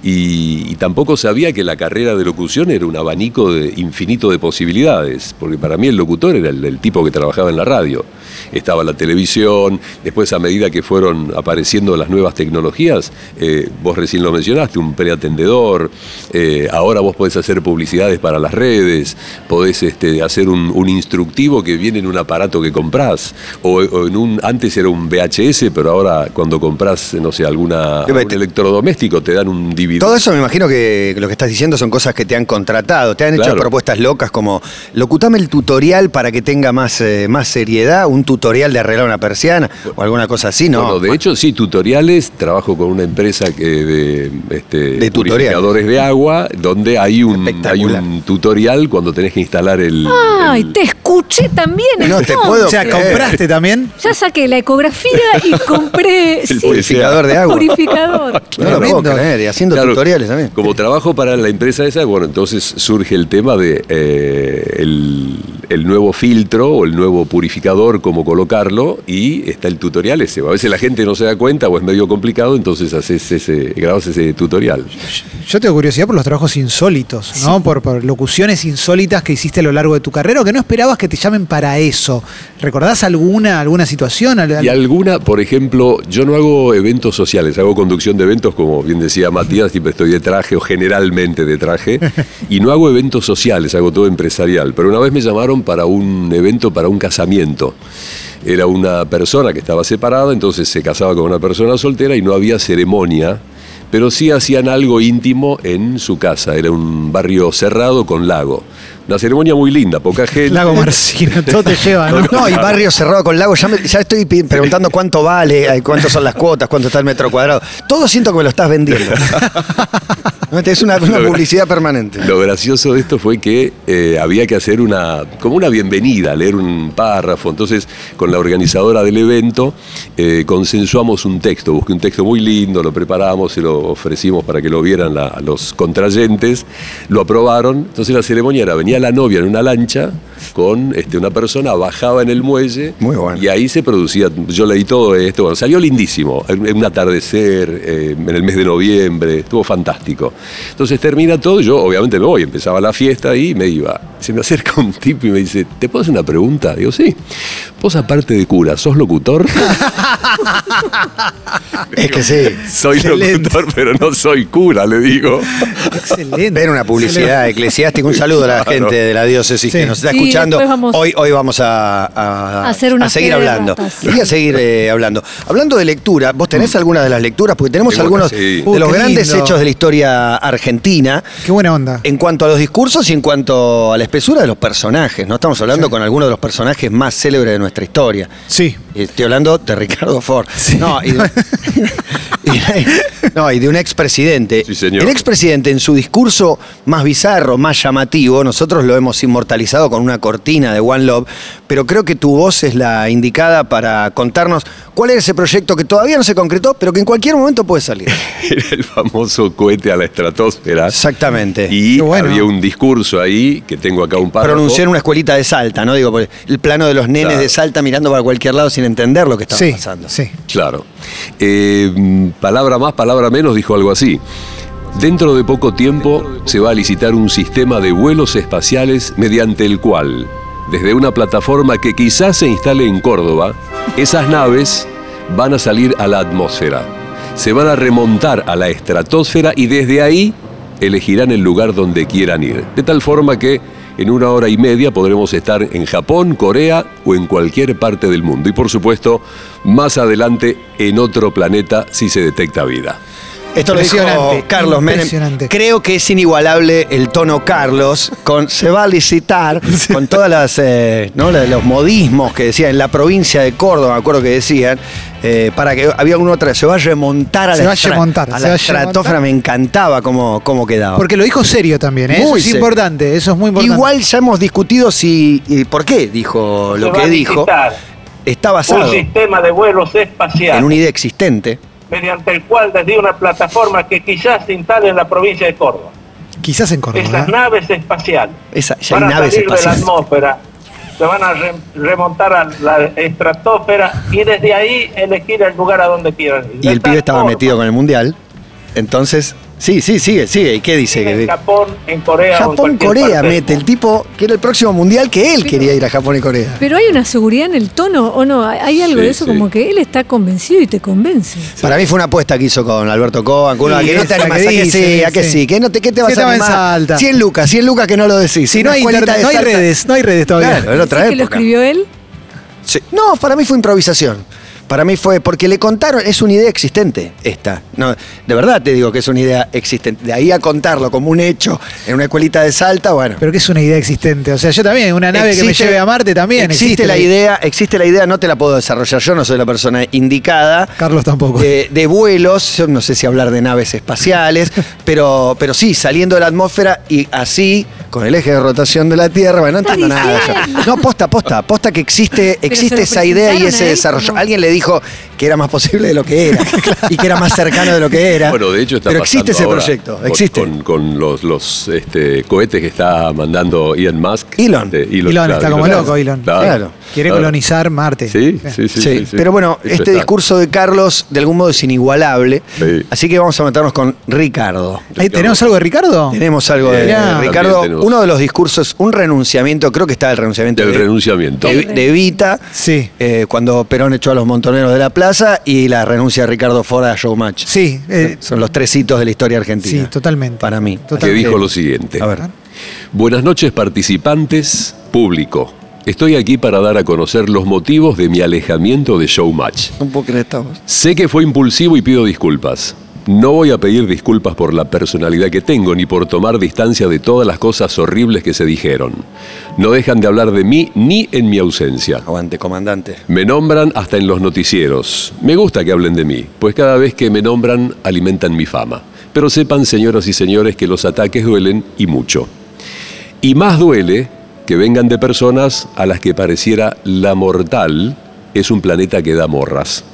[SPEAKER 2] Y, y tampoco sabía que la carrera de locución era un abanico de- infinito de posibilidades, porque para mí el locutor era el, el tipo que trabajaba en la radio. Estaba la televisión, después a medida que fueron apareciendo las nuevas tecnologías, eh, vos recién lo mencionaste, un preatendedor, eh, ahora vos podés hacer publicidades para las redes, podés este, hacer un, un instructivo que viene en un aparato que comprás, o, o en un, antes era un VHS, pero ahora cuando comprás, no sé, alguna,
[SPEAKER 3] Te-
[SPEAKER 2] algún electrodoméstico te dan un DVD.
[SPEAKER 3] Todo eso me imagino que lo que estás diciendo son cosas que te han contratado, te han hecho
[SPEAKER 2] Claro.
[SPEAKER 3] propuestas locas como locutame el tutorial para que tenga más, eh, más seriedad, un tutorial de arreglar una persiana o alguna cosa así, ¿no?
[SPEAKER 2] Bueno, de hecho, sí, tutoriales. Trabajo con una empresa que de, este,
[SPEAKER 3] De tutoriales.
[SPEAKER 2] purificadores de agua, donde hay un, hay
[SPEAKER 3] Espectacular.
[SPEAKER 2] un tutorial cuando tenés que instalar el.
[SPEAKER 5] Ay,
[SPEAKER 2] el-
[SPEAKER 5] te escuché también.
[SPEAKER 3] No te
[SPEAKER 5] entonces.
[SPEAKER 3] puedo
[SPEAKER 4] o sea,
[SPEAKER 3] creer.
[SPEAKER 4] compraste también.
[SPEAKER 5] Ya saqué la ecografía y compré sí,
[SPEAKER 3] purificador de agua.
[SPEAKER 5] purificador.
[SPEAKER 3] no lo puedo
[SPEAKER 4] Tremendo.
[SPEAKER 3] creer, y haciendo
[SPEAKER 2] Claro,
[SPEAKER 3] tutoriales también.
[SPEAKER 2] Como trabajo para la empresa esa, bueno, entonces surge el tema de eh, el, el nuevo filtro o el nuevo purificador cómo colocarlo y está el tutorial ese. A veces la gente no se da cuenta o es medio complicado, entonces haces ese, grabas ese tutorial.
[SPEAKER 4] Yo tengo curiosidad por los trabajos insólitos, ¿no? Por, por locuciones insólitas que hiciste a lo largo de tu carrera o que no esperabas que te llamen para eso. ¿Recordás alguna, alguna situación? Al- al-
[SPEAKER 2] Y alguna, por ejemplo, yo no hago eventos sociales, hago conducción de eventos, como bien decía Matías, siempre estoy de traje o generalmente de traje, y no hago eventos sociales, hago todo empresarial. Pero una vez me llamaron para un evento, para un casamiento. Era una persona que estaba separada, entonces se casaba con una persona soltera y no había ceremonia, pero sí hacían algo íntimo en su casa. Era un barrio cerrado con lago. Una ceremonia muy linda, poca gente.
[SPEAKER 4] Lago Marcino, todo te lleva, ¿no?
[SPEAKER 3] No, y barrio cerrado con lago. Ya, me- ya estoy pi- preguntando cuánto vale, eh, cuántas son las cuotas, cuánto está el metro cuadrado. Todo siento que me lo estás vendiendo. No, Es una, una publicidad permanente.
[SPEAKER 2] Lo gracioso de esto fue que eh, había que hacer una, como una bienvenida, leer un párrafo. Entonces, con la organizadora del evento, eh, consensuamos un texto. Busqué un texto muy lindo, lo preparamos, se lo ofrecimos para que lo vieran la- a los contrayentes. Lo aprobaron. Entonces, la ceremonia era, venía la novia en una lancha con este, una persona, bajaba en el muelle.
[SPEAKER 3] Muy bueno.
[SPEAKER 2] Y ahí se producía, yo leí todo esto, bueno, salió lindísimo, en en un atardecer, eh, en el mes de noviembre, estuvo fantástico. Entonces termina todo, yo obviamente me voy, empezaba la fiesta y me iba. Se me acerca un tipo y me dice, ¿te puedo hacer una pregunta? Digo, sí. Vos aparte de cura, ¿sos locutor?
[SPEAKER 3] Es que sí.
[SPEAKER 2] soy locutor, pero no soy cura, le digo.
[SPEAKER 4] Excelente.
[SPEAKER 3] Ver una publicidad eclesiástica. Un saludo a la
[SPEAKER 2] Claro.
[SPEAKER 3] gente de la diócesis
[SPEAKER 4] Sí.
[SPEAKER 3] que nos está
[SPEAKER 5] Sí,
[SPEAKER 3] escuchando.
[SPEAKER 5] después vamos-
[SPEAKER 3] hoy, hoy vamos a, a-
[SPEAKER 5] A hacer una
[SPEAKER 3] a seguir
[SPEAKER 5] fe de
[SPEAKER 3] hablando.
[SPEAKER 5] ratas.
[SPEAKER 3] Y a seguir eh, hablando. Hablando de lectura, ¿vos tenés alguna de las lecturas? Porque tenemos
[SPEAKER 2] Tengo-
[SPEAKER 3] algunos
[SPEAKER 2] sí.
[SPEAKER 3] de
[SPEAKER 4] Uh,
[SPEAKER 3] los
[SPEAKER 4] qué
[SPEAKER 3] grandes
[SPEAKER 4] lindo.
[SPEAKER 3] hechos de la historia argentina.
[SPEAKER 4] Qué buena onda.
[SPEAKER 3] En cuanto a los discursos y en cuanto a la espesura de los personajes, ¿no? Estamos hablando con algunos de los personajes más célebres de nuestra historia.
[SPEAKER 4] Sí.
[SPEAKER 3] Estoy hablando de Ricardo Ford. No, y de, y- no, y de un expresidente.
[SPEAKER 2] Sí, señor.
[SPEAKER 3] El expresidente, en su discurso más bizarro, más llamativo, nosotros lo hemos inmortalizado con una cortina de One Love, pero creo que tu voz es la indicada para contarnos cuál es ese proyecto que todavía no se concretó, pero que en cualquier momento puede salir.
[SPEAKER 2] Era el famoso cohete a la estratosfera.
[SPEAKER 3] Exactamente.
[SPEAKER 2] Y
[SPEAKER 4] Qué bueno.
[SPEAKER 2] había un discurso ahí, que tengo acá un párrafo.
[SPEAKER 3] pronunciar una escuelita de Salta, ¿no? Digo, porque el plano de los nenes
[SPEAKER 2] Claro.
[SPEAKER 3] de Salta mirando para cualquier lado sin entender lo que estaba
[SPEAKER 4] Sí,
[SPEAKER 3] pasando.
[SPEAKER 4] sí.
[SPEAKER 2] Claro. Eh, mm, palabra más, palabra menos, dijo algo así. Dentro de poco tiempo se va a licitar un sistema de vuelos espaciales mediante el cual, desde una plataforma que quizás se instale en Córdoba, esas naves van a salir a la atmósfera, se van a remontar a la estratosfera y desde ahí elegirán el lugar donde quieran ir. De tal forma que en una hora y media podremos estar en Japón, Corea o en cualquier parte del mundo. Y por supuesto, más adelante en otro planeta si se detecta vida.
[SPEAKER 3] Esto lo dijo
[SPEAKER 4] Impresionante,
[SPEAKER 3] Carlos Menem.
[SPEAKER 4] impresionante.
[SPEAKER 3] Creo que es inigualable el tono Carlos, con se va a licitar, con todas las eh, ¿no? La- los modismos que decían en la provincia de Córdoba, me acuerdo que decían, eh, para que había una otra, se va a remontar a
[SPEAKER 4] Se
[SPEAKER 3] la,
[SPEAKER 4] va a
[SPEAKER 3] estra-
[SPEAKER 4] remontar,
[SPEAKER 3] a
[SPEAKER 4] se
[SPEAKER 3] la
[SPEAKER 4] va a
[SPEAKER 3] estratosfera,
[SPEAKER 4] remontar.
[SPEAKER 3] me encantaba cómo, cómo quedaba.
[SPEAKER 4] Porque lo dijo serio también, ¿eh?
[SPEAKER 3] Ah. Muy
[SPEAKER 4] eso es
[SPEAKER 3] serio.
[SPEAKER 4] importante, eso es muy importante.
[SPEAKER 3] Igual ya hemos discutido si y por qué dijo lo que dijo. Está basado
[SPEAKER 12] sistema de vuelos
[SPEAKER 3] en una
[SPEAKER 12] espacial
[SPEAKER 3] idea existente.
[SPEAKER 12] mediante el cual desde una plataforma que quizás se instale en la provincia de Córdoba.
[SPEAKER 4] Quizás en Córdoba.
[SPEAKER 12] Esas
[SPEAKER 4] ¿eh?
[SPEAKER 12] naves espaciales
[SPEAKER 3] Esa, ya hay
[SPEAKER 12] van a
[SPEAKER 3] naves
[SPEAKER 12] salir de la
[SPEAKER 3] espaciales.
[SPEAKER 12] atmósfera, se van a re- remontar a la estratosfera y desde ahí elegir el lugar a donde quieran ir.
[SPEAKER 3] Y
[SPEAKER 12] De
[SPEAKER 3] el
[SPEAKER 12] tal
[SPEAKER 3] pibe estaba
[SPEAKER 12] forma,
[SPEAKER 3] metido con el mundial. Entonces, sí, sí, sigue, sigue. ¿Y qué dice?
[SPEAKER 12] En
[SPEAKER 3] Que-
[SPEAKER 12] Japón, en Corea. o en
[SPEAKER 3] Japón,
[SPEAKER 12] cualquier
[SPEAKER 3] Corea
[SPEAKER 12] parte del
[SPEAKER 3] mete el
[SPEAKER 12] mundo.
[SPEAKER 3] tipo que era el próximo mundial que él quería ir a Japón y Corea.
[SPEAKER 5] Pero hay una seguridad en el tono, ¿o no? Hay- Hay algo
[SPEAKER 2] Sí,
[SPEAKER 5] de eso
[SPEAKER 2] sí.
[SPEAKER 5] como que él está convencido y te convence.
[SPEAKER 3] Para mí fue una apuesta que hizo con Alberto Coban, con una
[SPEAKER 4] Sí,
[SPEAKER 3] que no te
[SPEAKER 4] esa que
[SPEAKER 3] animás, a que
[SPEAKER 4] dice,
[SPEAKER 3] sí, a que
[SPEAKER 4] sí.
[SPEAKER 3] sí, que no te, ¿qué te vas
[SPEAKER 4] Sí,
[SPEAKER 3] a
[SPEAKER 4] estaba en
[SPEAKER 3] animar.
[SPEAKER 4] Salta.
[SPEAKER 3] 100 lucas, 100 lucas que no lo decís.
[SPEAKER 4] Si no
[SPEAKER 3] Una
[SPEAKER 4] hay,
[SPEAKER 3] escuelita
[SPEAKER 4] internet,
[SPEAKER 3] de
[SPEAKER 4] no hay
[SPEAKER 3] Salta.
[SPEAKER 4] redes, no hay redes todavía.
[SPEAKER 3] Claro, era otra
[SPEAKER 5] ¿Decís que lo
[SPEAKER 3] época.
[SPEAKER 5] escribió él?
[SPEAKER 3] Sí. No, para mí fue improvisación. Para mí fue porque le contaron, es una idea existente esta. No, de verdad te digo que es una idea existente. De ahí a contarlo como un hecho en una escuelita de Salta, bueno.
[SPEAKER 4] Pero que es una idea existente. O sea, yo también, una nave que me
[SPEAKER 3] Existe-
[SPEAKER 4] lleve a Marte también.
[SPEAKER 3] Existe, la idea, existe la idea, no te la puedo desarrollar, yo no soy la persona indicada.
[SPEAKER 4] Carlos tampoco.
[SPEAKER 3] De, de vuelos, yo no sé si hablar de naves espaciales, pero, pero sí, saliendo de la atmósfera y así con el eje de rotación de la Tierra. Bueno, no
[SPEAKER 5] ¿Estás
[SPEAKER 3] entiendo nada.
[SPEAKER 5] diciendo?
[SPEAKER 3] yo. No, posta, posta, posta que existe,
[SPEAKER 5] Pero
[SPEAKER 3] existe
[SPEAKER 5] se lo
[SPEAKER 3] esa idea y
[SPEAKER 5] presentaron
[SPEAKER 3] ese
[SPEAKER 5] a él
[SPEAKER 3] desarrollo.
[SPEAKER 5] como-
[SPEAKER 3] Alguien le dijo que era más posible de lo que era y que era más cercano de lo que era.
[SPEAKER 2] Bueno, de hecho está
[SPEAKER 3] Pero
[SPEAKER 2] pasando
[SPEAKER 3] existe ese
[SPEAKER 2] ahora
[SPEAKER 3] proyecto,
[SPEAKER 2] con-
[SPEAKER 3] existe.
[SPEAKER 2] Con, con los, los, este, cohetes que está mandando Elon Musk.
[SPEAKER 3] Elon.
[SPEAKER 2] Este,
[SPEAKER 4] Elon
[SPEAKER 2] claro,
[SPEAKER 4] está como
[SPEAKER 2] Musk.
[SPEAKER 4] loco, Elon.
[SPEAKER 2] Claro.
[SPEAKER 4] Quiere
[SPEAKER 2] Claro.
[SPEAKER 4] colonizar Marte.
[SPEAKER 2] Sí, sí, sí. sí, sí.
[SPEAKER 3] Pero bueno,
[SPEAKER 2] Eso
[SPEAKER 3] este
[SPEAKER 2] está.
[SPEAKER 3] discurso de Carlos de algún modo es inigualable.
[SPEAKER 2] Sí.
[SPEAKER 3] Así que vamos a meternos con Ricardo.
[SPEAKER 4] Ahí, ¿Tenemos algo de Ricardo?
[SPEAKER 3] Tenemos algo de,
[SPEAKER 4] Mirá.
[SPEAKER 3] de Ricardo.
[SPEAKER 2] También tenemos.
[SPEAKER 3] Uno de los discursos, un renunciamiento, creo que está el renunciamiento
[SPEAKER 2] Del
[SPEAKER 3] de,
[SPEAKER 2] renunciamiento.
[SPEAKER 3] de, de Evita,
[SPEAKER 4] Sí.
[SPEAKER 3] eh, cuando Perón echó a los montoneros de la plaza y la renuncia de Ricardo Ford a Showmatch.
[SPEAKER 4] Sí, eh,
[SPEAKER 3] Son los tres hitos de la historia argentina.
[SPEAKER 4] sí, totalmente. Ah.
[SPEAKER 3] Para mí.
[SPEAKER 4] Total-
[SPEAKER 2] que dijo lo siguiente.
[SPEAKER 3] A ver.
[SPEAKER 2] Buenas noches participantes, público. Estoy aquí para dar a conocer los motivos de mi alejamiento de Showmatch.
[SPEAKER 3] No puedo creer esta voz.
[SPEAKER 2] Sé que fue impulsivo y pido disculpas. No voy a pedir disculpas por la personalidad que tengo ni por tomar distancia de todas las cosas horribles que se dijeron. No dejan de hablar de mí ni en mi ausencia.
[SPEAKER 3] Aguante, comandante.
[SPEAKER 2] Me nombran hasta en los noticieros. Me gusta que hablen de mí, pues cada vez que me nombran alimentan mi fama. Pero sepan, señoras y señores, que los ataques duelen y mucho. Y más duele que vengan de personas a las que pareciera la mortal es un planeta que da morras.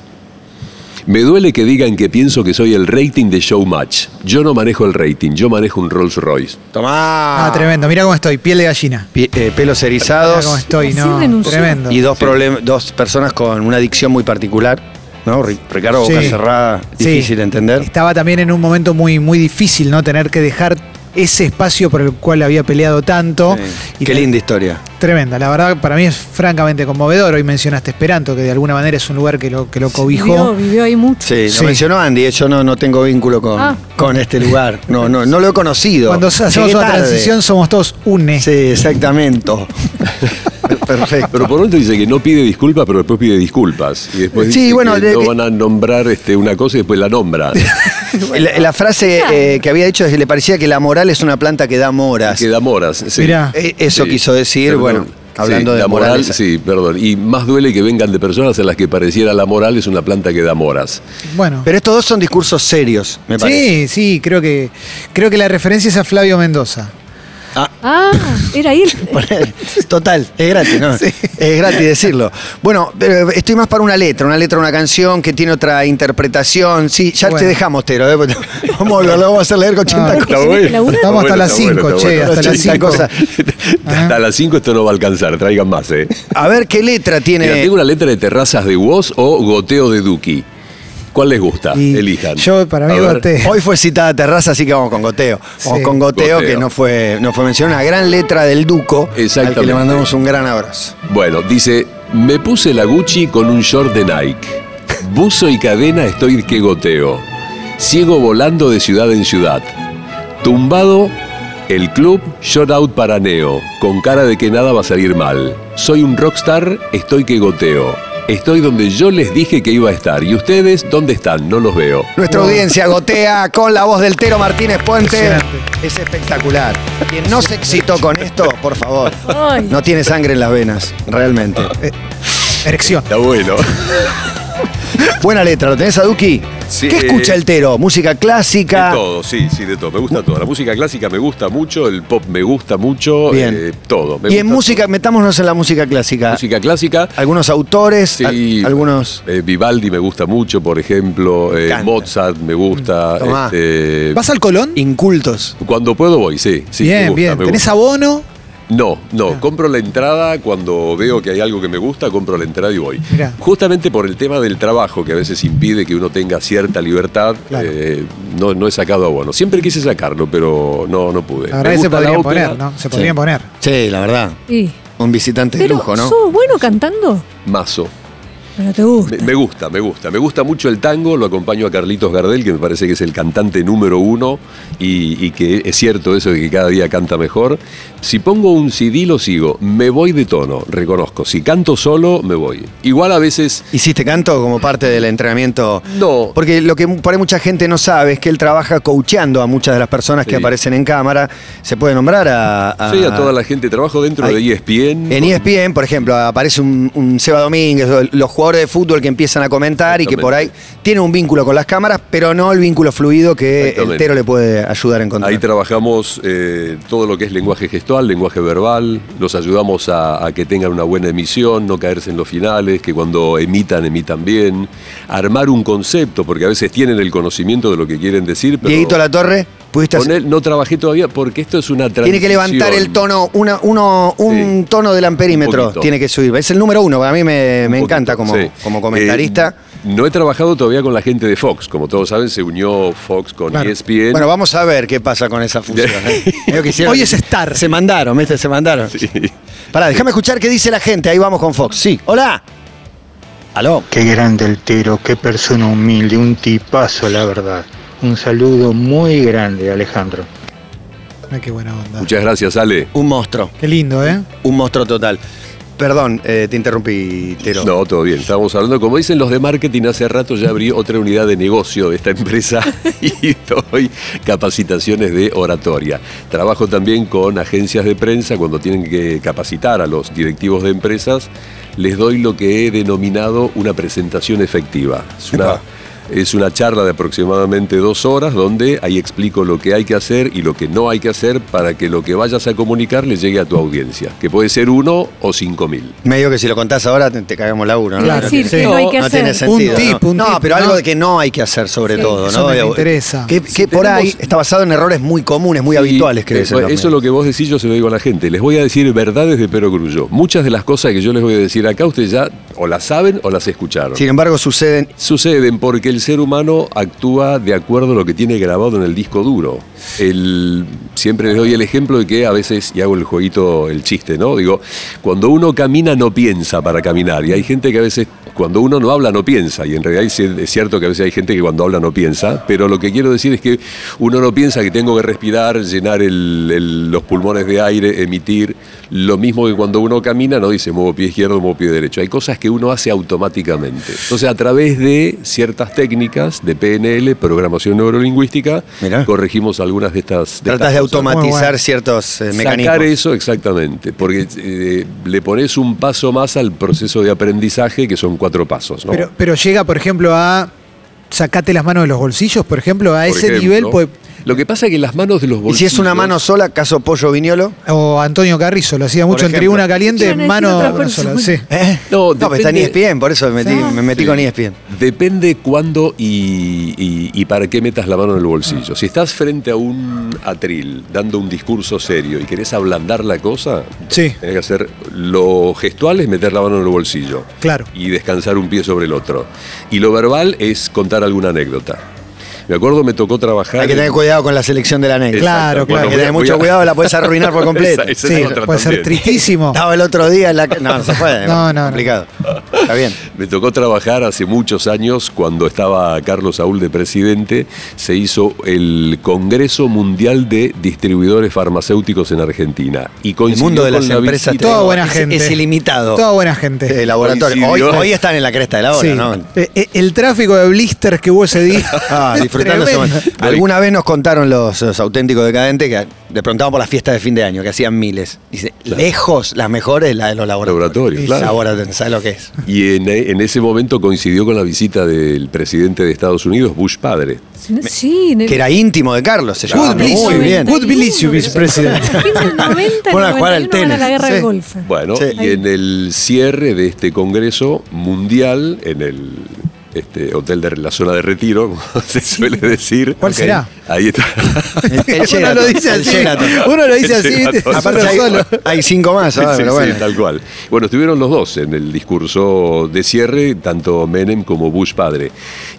[SPEAKER 2] Me duele que digan que pienso que soy el rating de Showmatch. Yo no manejo el rating, yo manejo un Rolls Royce.
[SPEAKER 3] Tomá.
[SPEAKER 4] Ah, tremendo. Mira cómo estoy. Piel de gallina.
[SPEAKER 3] Pi- eh, pelos
[SPEAKER 4] Mira cómo
[SPEAKER 3] erizados
[SPEAKER 4] estoy,
[SPEAKER 5] Así
[SPEAKER 4] ¿no?
[SPEAKER 5] renunció.
[SPEAKER 4] Tremendo.
[SPEAKER 3] y dos, problem- dos personas con una adicción muy particular. ¿No? Ri- Ricardo, boca
[SPEAKER 4] Sí.
[SPEAKER 3] cerrada,
[SPEAKER 4] Sí. Este,
[SPEAKER 3] difícil de entender.
[SPEAKER 4] Estaba también en un momento muy, muy difícil, ¿no? Tener que dejar ese espacio por el cual había peleado tanto.
[SPEAKER 3] Sí.
[SPEAKER 4] Y
[SPEAKER 3] Qué
[SPEAKER 4] te-
[SPEAKER 3] linda historia.
[SPEAKER 4] Tremenda, la verdad para mí es francamente conmovedor. Hoy mencionaste Esperanto, que de alguna manera es un lugar que lo, que lo
[SPEAKER 5] Vivió,
[SPEAKER 4] cobijó.
[SPEAKER 5] vivió ahí mucho.
[SPEAKER 3] Sí, lo
[SPEAKER 4] Sí.
[SPEAKER 3] mencionó Andy, eh, yo no, no tengo vínculo con,
[SPEAKER 5] Ah.
[SPEAKER 3] con este lugar. No, no, no lo he conocido.
[SPEAKER 4] Cuando hacemos
[SPEAKER 3] Llegué
[SPEAKER 4] una
[SPEAKER 3] tarde.
[SPEAKER 4] transición somos todos une.
[SPEAKER 3] Sí, exactamente. Perfecto.
[SPEAKER 2] Pero por otro dice que no pide disculpas, pero después pide disculpas. Y después
[SPEAKER 3] Sí,
[SPEAKER 2] dice
[SPEAKER 3] bueno,
[SPEAKER 2] que
[SPEAKER 3] de-
[SPEAKER 2] no
[SPEAKER 3] de-
[SPEAKER 2] van a nombrar este, una cosa y después la nombra.
[SPEAKER 3] La, la frase eh, que había dicho es que le parecía que la moral es una planta que da moras.
[SPEAKER 2] que da moras. sí.
[SPEAKER 4] Mirá.
[SPEAKER 3] Eh, eso
[SPEAKER 2] Sí.
[SPEAKER 3] quiso decir,
[SPEAKER 2] Perdón.
[SPEAKER 3] bueno, hablando
[SPEAKER 2] Sí,
[SPEAKER 3] de
[SPEAKER 2] la moral.
[SPEAKER 3] morales.
[SPEAKER 2] Sí, perdón. Y más duele que vengan de personas a las que pareciera la moral es una planta que da moras.
[SPEAKER 4] Bueno.
[SPEAKER 3] Pero estos dos son discursos serios, me parece.
[SPEAKER 4] sí, sí, creo que, creo que la referencia es a Flavio Mendoza.
[SPEAKER 5] Ah, era él.
[SPEAKER 3] Poner- Total, es gratis, ¿no? Es gratis decirlo. Bueno, pero estoy más para una letra, una letra, una canción que tiene otra interpretación. Sí, ya te
[SPEAKER 4] Bueno.
[SPEAKER 3] dejamos, Tero. ¿eh? Vamos, lo, lo vamos a hacer leer con 80
[SPEAKER 4] Ah,
[SPEAKER 3] cosas.
[SPEAKER 5] Está bueno. Estamos
[SPEAKER 4] hasta las Ah. cinco, che, hasta
[SPEAKER 3] las cinco.
[SPEAKER 2] Hasta las 5 esto no va a alcanzar, traigan más, ¿eh?
[SPEAKER 3] A ver qué letra tiene.
[SPEAKER 2] Mira, tengo una letra de terrazas de Woz o goteo de Duki. ¿Cuál les gusta?
[SPEAKER 4] Y
[SPEAKER 2] Elijan.
[SPEAKER 4] yo, para mí,
[SPEAKER 2] A ver.
[SPEAKER 4] gote-
[SPEAKER 3] Eh, Hoy fue citada Terraza, así que vamos con Goteo. Vamos
[SPEAKER 4] Sí.
[SPEAKER 3] con Goteo,
[SPEAKER 2] Goteo.
[SPEAKER 3] que no fue, no fue mencionada. Una gran letra del Duco, al que
[SPEAKER 2] Exactamente.
[SPEAKER 3] le mandamos un gran abrazo.
[SPEAKER 2] Bueno, dice, me puse la Gucci con un short de Nike. Buzo y cadena estoy que goteo. Ciego volando de ciudad en ciudad. Tumbado, el club, short out para Neo, con cara de que nada va a salir mal. Soy un rockstar, estoy que goteo. Estoy donde yo les dije que iba a estar. ¿Y ustedes dónde están? No los veo.
[SPEAKER 3] Nuestra audiencia gotea con la voz del Tero Martínez Puente.
[SPEAKER 4] Impresionante.
[SPEAKER 3] Es espectacular. Quien no se excitó con esto, por favor,
[SPEAKER 5] Ay.
[SPEAKER 3] no tiene sangre en las venas, realmente.
[SPEAKER 2] Ah.
[SPEAKER 3] Eh,
[SPEAKER 4] Erección.
[SPEAKER 2] Está bueno.
[SPEAKER 3] buena letra, ¿lo tenés a Duki?
[SPEAKER 2] Sí,
[SPEAKER 3] ¿Qué
[SPEAKER 2] eh,
[SPEAKER 3] escucha el Tero? ¿Música clásica?
[SPEAKER 2] De todo, sí, sí, de todo. Me gusta todo. La música clásica me gusta mucho, el pop me gusta mucho,
[SPEAKER 3] Bien.
[SPEAKER 2] eh, todo. Me
[SPEAKER 3] y en
[SPEAKER 2] gusta
[SPEAKER 3] música, metámonos en la música clásica.
[SPEAKER 2] música clásica.
[SPEAKER 3] Algunos autores,
[SPEAKER 2] Sí.
[SPEAKER 3] al- algunos.
[SPEAKER 2] eh, Vivaldi me gusta mucho, por ejemplo. eh,
[SPEAKER 3] encanta.
[SPEAKER 2] Mozart me gusta.
[SPEAKER 3] Tomá.
[SPEAKER 2] este,
[SPEAKER 4] Mm, ¿Vas al Colón?
[SPEAKER 3] Incultos.
[SPEAKER 2] cuando puedo voy, sí. sí me
[SPEAKER 4] bien,
[SPEAKER 2] gusta,
[SPEAKER 4] bien.
[SPEAKER 2] me
[SPEAKER 4] ¿Tenés Ah.
[SPEAKER 2] gusta.
[SPEAKER 4] abono?
[SPEAKER 2] No, no, compro la entrada cuando veo que hay algo que me gusta, compro la entrada y voy.
[SPEAKER 4] Mirá.
[SPEAKER 2] Justamente por el tema del trabajo, que a veces impide que uno tenga cierta libertad,
[SPEAKER 4] Claro.
[SPEAKER 2] eh, no, no he sacado abono. Siempre quise sacarlo, pero no, no pude.
[SPEAKER 4] La verdad
[SPEAKER 2] Me
[SPEAKER 4] que se
[SPEAKER 2] gusta la
[SPEAKER 4] podrían
[SPEAKER 2] ópera.
[SPEAKER 4] poner, ¿no? Se podrían poner.
[SPEAKER 3] Sí, la verdad.
[SPEAKER 5] Sí.
[SPEAKER 3] Un visitante de
[SPEAKER 5] Pero,
[SPEAKER 3] lujo, ¿no?
[SPEAKER 5] ¿sos bueno cantando?
[SPEAKER 2] Mazo.
[SPEAKER 5] Pero te
[SPEAKER 2] Me, me
[SPEAKER 5] gusta.
[SPEAKER 2] gusta, me gusta. Me gusta mucho el tango, lo acompaño a Carlitos Gardel, que me parece que es el cantante número uno y, y que es cierto eso de que cada día canta mejor. Si pongo un CD lo sigo, me voy de tono, reconozco. Si canto solo, me voy. Igual a veces...
[SPEAKER 3] ¿Hiciste canto como parte del entrenamiento?
[SPEAKER 2] No.
[SPEAKER 3] Porque lo que por ahí mucha gente no sabe es que él trabaja coacheando a muchas de las personas
[SPEAKER 2] Sí.
[SPEAKER 3] que aparecen en cámara. Se puede nombrar a.
[SPEAKER 2] Sí, a toda la gente. Trabajo dentro
[SPEAKER 3] Ah.
[SPEAKER 2] E
[SPEAKER 3] Ay. E
[SPEAKER 2] de ESPN.
[SPEAKER 3] En ESPN, por ejemplo, aparece un, un Seba Domínguez, los jugadores de fútbol que empiezan a comentar y que por ahí tienen un vínculo con las cámaras, pero no el vínculo fluido que el
[SPEAKER 2] Exactamente.
[SPEAKER 3] Tero le puede ayudar a encontrar.
[SPEAKER 2] Ahí trabajamos eh, todo lo que es lenguaje gestual, lenguaje verbal, los ayudamos a, a que tengan una buena emisión, no caerse en los finales, que cuando emitan, emitan bien, armar un concepto, porque a veces tienen el conocimiento de lo que quieren decir, pero...
[SPEAKER 3] Dieguito La Torre, pudiste
[SPEAKER 2] Con él no trabajé todavía porque esto es una transición.
[SPEAKER 3] Tiene que levantar el tono, una- uno, un tono del amperímetro.
[SPEAKER 2] poquito.
[SPEAKER 3] tiene que subir. Es el número uno. A mí me, me
[SPEAKER 2] Un
[SPEAKER 3] encanta como,
[SPEAKER 2] poquito, sí.
[SPEAKER 3] como comentarista.
[SPEAKER 2] Eh, no he trabajado todavía con la gente de Fox. Como todos saben, se unió Fox con E
[SPEAKER 3] Claro.
[SPEAKER 2] ESPN.
[SPEAKER 3] Bueno, vamos a ver qué pasa con esa fusión. ¿eh? Creo que hicieron-
[SPEAKER 2] Hoy
[SPEAKER 4] es Star.
[SPEAKER 3] Se mandaron, ¿viste? Se mandaron. Pará, déjame escuchar qué dice la gente. Ahí vamos con Fox. Sí, hola. Aló.
[SPEAKER 13] Qué grande el Tero, qué persona humilde, un tipazo, la verdad. Un saludo muy grande, Alejandro.
[SPEAKER 4] Ah, qué buena onda.
[SPEAKER 2] Muchas gracias, Ale.
[SPEAKER 3] Un monstruo.
[SPEAKER 4] Qué lindo, ¿eh?
[SPEAKER 3] Un monstruo total. Perdón, eh, te interrumpí, Tero.
[SPEAKER 2] No, todo bien. Estábamos hablando, como dicen los de marketing, hace rato ya abrí otra unidad de negocio de esta empresa y doy capacitaciones de oratoria. Trabajo también con agencias de prensa cuando tienen que capacitar a los directivos de empresas. Les doy lo que he denominado una presentación efectiva. Es una, es una charla de aproximadamente dos horas donde ahí explico lo que hay que hacer y lo que no hay que hacer para que lo que vayas a comunicar le llegue a tu audiencia, que puede ser uno o cinco mil.
[SPEAKER 3] Medio que si lo contás ahora te, te cagamos la uno, ¿no?
[SPEAKER 2] Claro,
[SPEAKER 3] no,
[SPEAKER 2] sí,
[SPEAKER 3] tiene-
[SPEAKER 2] sí, no hay que
[SPEAKER 3] no tiene
[SPEAKER 2] hacer.
[SPEAKER 3] sentido.
[SPEAKER 2] Un
[SPEAKER 3] ¿no?
[SPEAKER 2] tip, un
[SPEAKER 3] no,
[SPEAKER 2] tip,
[SPEAKER 3] pero
[SPEAKER 2] ¿no?
[SPEAKER 3] algo de que no hay que hacer sobre
[SPEAKER 2] Sí.
[SPEAKER 3] todo,
[SPEAKER 2] Eso
[SPEAKER 3] ¿no?
[SPEAKER 2] me
[SPEAKER 3] Eh,
[SPEAKER 2] interesa.
[SPEAKER 3] Que, que por
[SPEAKER 2] tenemos-
[SPEAKER 3] ahí está basado en errores muy comunes, muy habituales,
[SPEAKER 2] Eh,
[SPEAKER 3] creo.
[SPEAKER 2] Eso es lo que vos decís, yo se lo digo a la gente. Les voy a decir verdades de Pero Grullo. Muchas de las cosas que yo les voy a decir acá, ustedes ya o las saben o las escucharon.
[SPEAKER 3] Sin embargo, suceden.
[SPEAKER 2] Suceden porque el ser humano actúa de acuerdo a lo que tiene grabado en el disco duro. El- siempre les doy el ejemplo de que a veces, y hago el jueguito, el chiste, ¿no? Digo, cuando uno camina no piensa para caminar. Y hay gente que a veces, cuando uno no habla no piensa. Y en realidad es es cierto que a veces hay gente que cuando habla no piensa. Pero lo que quiero decir es que uno no piensa que tengo que respirar, llenar el- el- los pulmones de aire, emitir. Lo mismo que cuando uno camina, no dice muevo pie izquierdo, muevo pie derecho. Hay cosas que uno hace automáticamente. Entonces, a través de ciertas técnicas de PNL, programación neurolingüística, corregimos algunas de estas. de
[SPEAKER 3] Tratas de
[SPEAKER 2] estas cosas.
[SPEAKER 3] automatizar ciertos eh,
[SPEAKER 2] Sacar
[SPEAKER 3] mecanismos.
[SPEAKER 2] eso exactamente, porque eh, le pones un paso más al proceso de aprendizaje, que son cuatro pasos. ¿no?
[SPEAKER 4] Pero, pero llega, por ejemplo, a sacate las manos de los bolsillos, por ejemplo, a
[SPEAKER 2] Por
[SPEAKER 4] ese
[SPEAKER 2] ejemplo.
[SPEAKER 4] nivel. Pues,
[SPEAKER 2] Lo que pasa es que las manos de los
[SPEAKER 3] Y si es una mano sola, caso Pollo Viñolo.
[SPEAKER 4] O Antonio Carrizo, lo hacía
[SPEAKER 3] Por
[SPEAKER 4] mucho en
[SPEAKER 3] ejemplo.
[SPEAKER 4] Tribuna Caliente,
[SPEAKER 3] Yo no he
[SPEAKER 4] mano
[SPEAKER 3] sido
[SPEAKER 4] de
[SPEAKER 3] otra
[SPEAKER 4] una sola. Sí.
[SPEAKER 3] persona.
[SPEAKER 13] ¿Eh?
[SPEAKER 3] No, pero está en E ESPN, por eso me metí, me metí con E ESPN.
[SPEAKER 2] Depende cuándo y, y- y para qué metas la mano en el bolsillo.
[SPEAKER 3] Ah.
[SPEAKER 2] Si estás frente a un atril dando un discurso serio y querés ablandar la cosa, tenés que hacer lo gestual es meter la mano en el bolsillo
[SPEAKER 4] Claro.
[SPEAKER 2] y descansar un pie sobre el otro. Y lo verbal es contar alguna anécdota. Me acuerdo me tocó trabajar.
[SPEAKER 3] Hay que tener
[SPEAKER 2] en-
[SPEAKER 3] cuidado con la selección de la anécdota.
[SPEAKER 2] Exacto, Claro, claro.
[SPEAKER 3] Hay que tener mucho
[SPEAKER 2] Cuidado.
[SPEAKER 3] cuidado, la puedes arruinar por completo.
[SPEAKER 2] Esa- esa es Sí, otra puede ser también.
[SPEAKER 4] tristísimo.
[SPEAKER 3] Estaba el otro día en la. ca- No, no se puede.
[SPEAKER 4] No, no, no.
[SPEAKER 3] Complicado. Está bien.
[SPEAKER 2] Me tocó trabajar hace muchos años cuando estaba Carlos Saúl de presidente. Se hizo el Congreso Mundial de Distribuidores Farmacéuticos en Argentina. Y
[SPEAKER 3] El mundo de las empresas
[SPEAKER 4] Y toda buena
[SPEAKER 3] es,
[SPEAKER 4] gente.
[SPEAKER 3] es ilimitado.
[SPEAKER 4] Toda buena gente.
[SPEAKER 3] El laboratorio. Hoy,
[SPEAKER 4] Coincidió.
[SPEAKER 3] hoy están en la cresta de la hora,
[SPEAKER 4] Sí.
[SPEAKER 3] ¿no?
[SPEAKER 4] Eh, eh, El tráfico de blisters que hubo ese día.
[SPEAKER 3] Ah, disfrutando ese
[SPEAKER 4] Tremendo.
[SPEAKER 3] momento. Alguna vez nos contaron los, los auténticos decadentes que le preguntaban por las fiestas de fin de año, que hacían miles. Dice, lejos las mejores, la de los laboratorios.
[SPEAKER 2] Laboratorios,
[SPEAKER 3] Y
[SPEAKER 2] claro.
[SPEAKER 3] laboratorio, ¿sabes lo que es?
[SPEAKER 2] Y en, en ese momento coincidió con la visita del presidente de Estados Unidos, Bush padre.
[SPEAKER 5] Sí, ne-
[SPEAKER 3] Que era íntimo de Carlos, se llamaba.
[SPEAKER 2] Good bliss
[SPEAKER 3] Muy
[SPEAKER 2] you,
[SPEAKER 3] bien.
[SPEAKER 2] good bliss you, vicepresidente.
[SPEAKER 5] fin del 90
[SPEAKER 3] Fueron a jugar al
[SPEAKER 5] 91 van a la
[SPEAKER 3] tenis.
[SPEAKER 5] guerra del
[SPEAKER 3] Sí.
[SPEAKER 5] golfo.
[SPEAKER 2] Bueno,
[SPEAKER 5] Sí.
[SPEAKER 2] y en el cierre de este Congreso Mundial, en el este, hotel de la zona de retiro, como se suele decir.
[SPEAKER 4] ¿Cuál
[SPEAKER 2] Ok.
[SPEAKER 4] será?
[SPEAKER 2] Ahí está.
[SPEAKER 4] Uno lo dice
[SPEAKER 3] el
[SPEAKER 4] así.
[SPEAKER 3] Sheraton.
[SPEAKER 4] Uno lo dice
[SPEAKER 2] El
[SPEAKER 4] así, ¿viste?
[SPEAKER 2] Sheraton.
[SPEAKER 4] Es uno
[SPEAKER 2] Aparte hay-
[SPEAKER 4] solo.
[SPEAKER 3] Hay cinco más,
[SPEAKER 2] Sí,
[SPEAKER 3] ahora,
[SPEAKER 2] sí,
[SPEAKER 3] pero
[SPEAKER 2] sí,
[SPEAKER 3] bueno.
[SPEAKER 2] tal cual. Bueno, estuvieron los dos en el discurso de cierre, tanto Menem como Bush padre.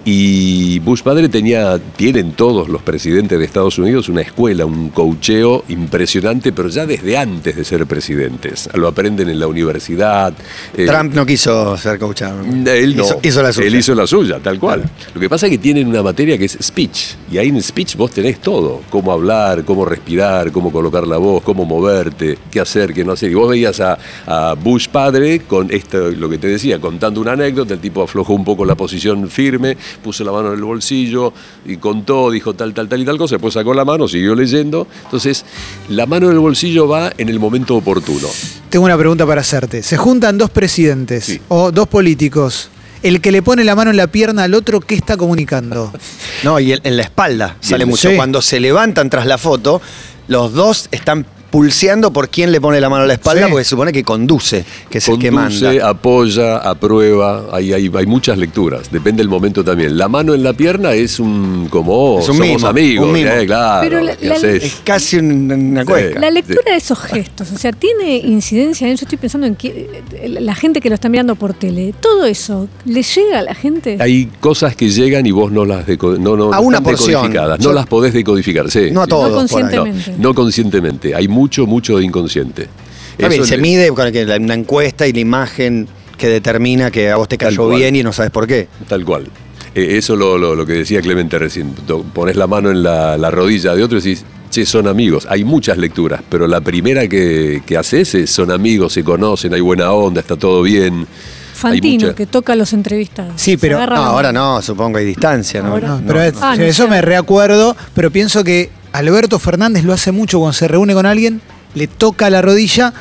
[SPEAKER 2] Y Bush padre tenía, tienen todos los presidentes de Estados Unidos una escuela, un coacheo impresionante, pero ya desde antes de ser presidentes. Lo aprenden en la universidad. eh,
[SPEAKER 3] Trump no quiso ser coachado.
[SPEAKER 2] él no.
[SPEAKER 3] Hizo, hizo la suya. Ah.
[SPEAKER 2] Él hizo la suya, tal cual. Lo que pasa es que tienen una materia que es speech. Y ahí en speech vos tenés todo. Cómo hablar, cómo respirar, cómo colocar la voz, cómo moverte, qué hacer, qué no hacer. Y vos veías a, a Bush padre con esto, lo que te decía, contando una anécdota. El tipo aflojó un poco la posición firme, puso la mano en el bolsillo y contó, dijo tal, tal, tal y tal cosa. Después sacó la mano, siguió leyendo. Entonces, la mano en el bolsillo va en el momento oportuno.
[SPEAKER 4] Tengo una pregunta para hacerte. Se juntan dos presidentes o dos políticos. el que le pone la mano en la pierna al otro, ¿qué está comunicando?
[SPEAKER 3] No, y el- en la espalda sale
[SPEAKER 4] el-
[SPEAKER 3] mucho.
[SPEAKER 4] sí.
[SPEAKER 3] Cuando se levantan tras la foto, los dos están pulseando por quién le pone la mano a la espalda, porque se supone que conduce, que es el que manda.
[SPEAKER 2] Conduce, apoya, aprueba, hay, hay, hay muchas lecturas, depende del momento también. La mano en la pierna es un como oh,
[SPEAKER 3] Es un
[SPEAKER 2] somos
[SPEAKER 3] mimo,
[SPEAKER 2] amigos,
[SPEAKER 3] un mimo.
[SPEAKER 2] eh, claro.
[SPEAKER 5] Pero la-
[SPEAKER 2] ¿qué
[SPEAKER 5] la-
[SPEAKER 2] haces?
[SPEAKER 3] Es casi un- una
[SPEAKER 2] Sí.
[SPEAKER 3] cuesca.
[SPEAKER 5] La lectura de esos gestos, o sea, tiene incidencia en, yo estoy pensando en que, eh, la gente que lo está mirando por tele, todo eso, ¿le llega a la gente?
[SPEAKER 2] Hay cosas que llegan y vos no las deco- no, no,
[SPEAKER 3] A
[SPEAKER 2] no
[SPEAKER 3] una
[SPEAKER 2] están
[SPEAKER 3] porción.
[SPEAKER 2] decodificadas,
[SPEAKER 3] Yo-
[SPEAKER 2] no las podés decodificar, sí.
[SPEAKER 3] No a
[SPEAKER 2] sí.
[SPEAKER 3] todos,
[SPEAKER 5] No por ahí. conscientemente.
[SPEAKER 2] No, no conscientemente, hay mucho, mucho de inconsciente.
[SPEAKER 3] Está bien,
[SPEAKER 2] Eso
[SPEAKER 3] se
[SPEAKER 2] le-
[SPEAKER 3] mide con que la- una encuesta y la imagen que determina que a vos te cayó
[SPEAKER 2] cual.
[SPEAKER 3] bien y no sabes por qué.
[SPEAKER 2] Tal cual. Eh, eso lo, lo, lo que decía Clemente recién. Do- Pones la mano en la, la rodilla de otro y decís, che, son amigos. Hay muchas lecturas, pero la primera que, que haces es, son amigos, se conocen, hay buena onda, está todo bien. Hay
[SPEAKER 5] Fantino,
[SPEAKER 2] mucha-
[SPEAKER 5] que toca a los entrevistados. Se agarra
[SPEAKER 3] no,
[SPEAKER 5] la-
[SPEAKER 3] ahora no, supongo hay distancia, ¿no?
[SPEAKER 5] Ahora-
[SPEAKER 3] No,
[SPEAKER 4] Pero es-
[SPEAKER 5] Ah, no,
[SPEAKER 4] eso me reacuerdo, pero pienso que Alberto Fernández lo hace mucho cuando se reúne con alguien, le toca la rodilla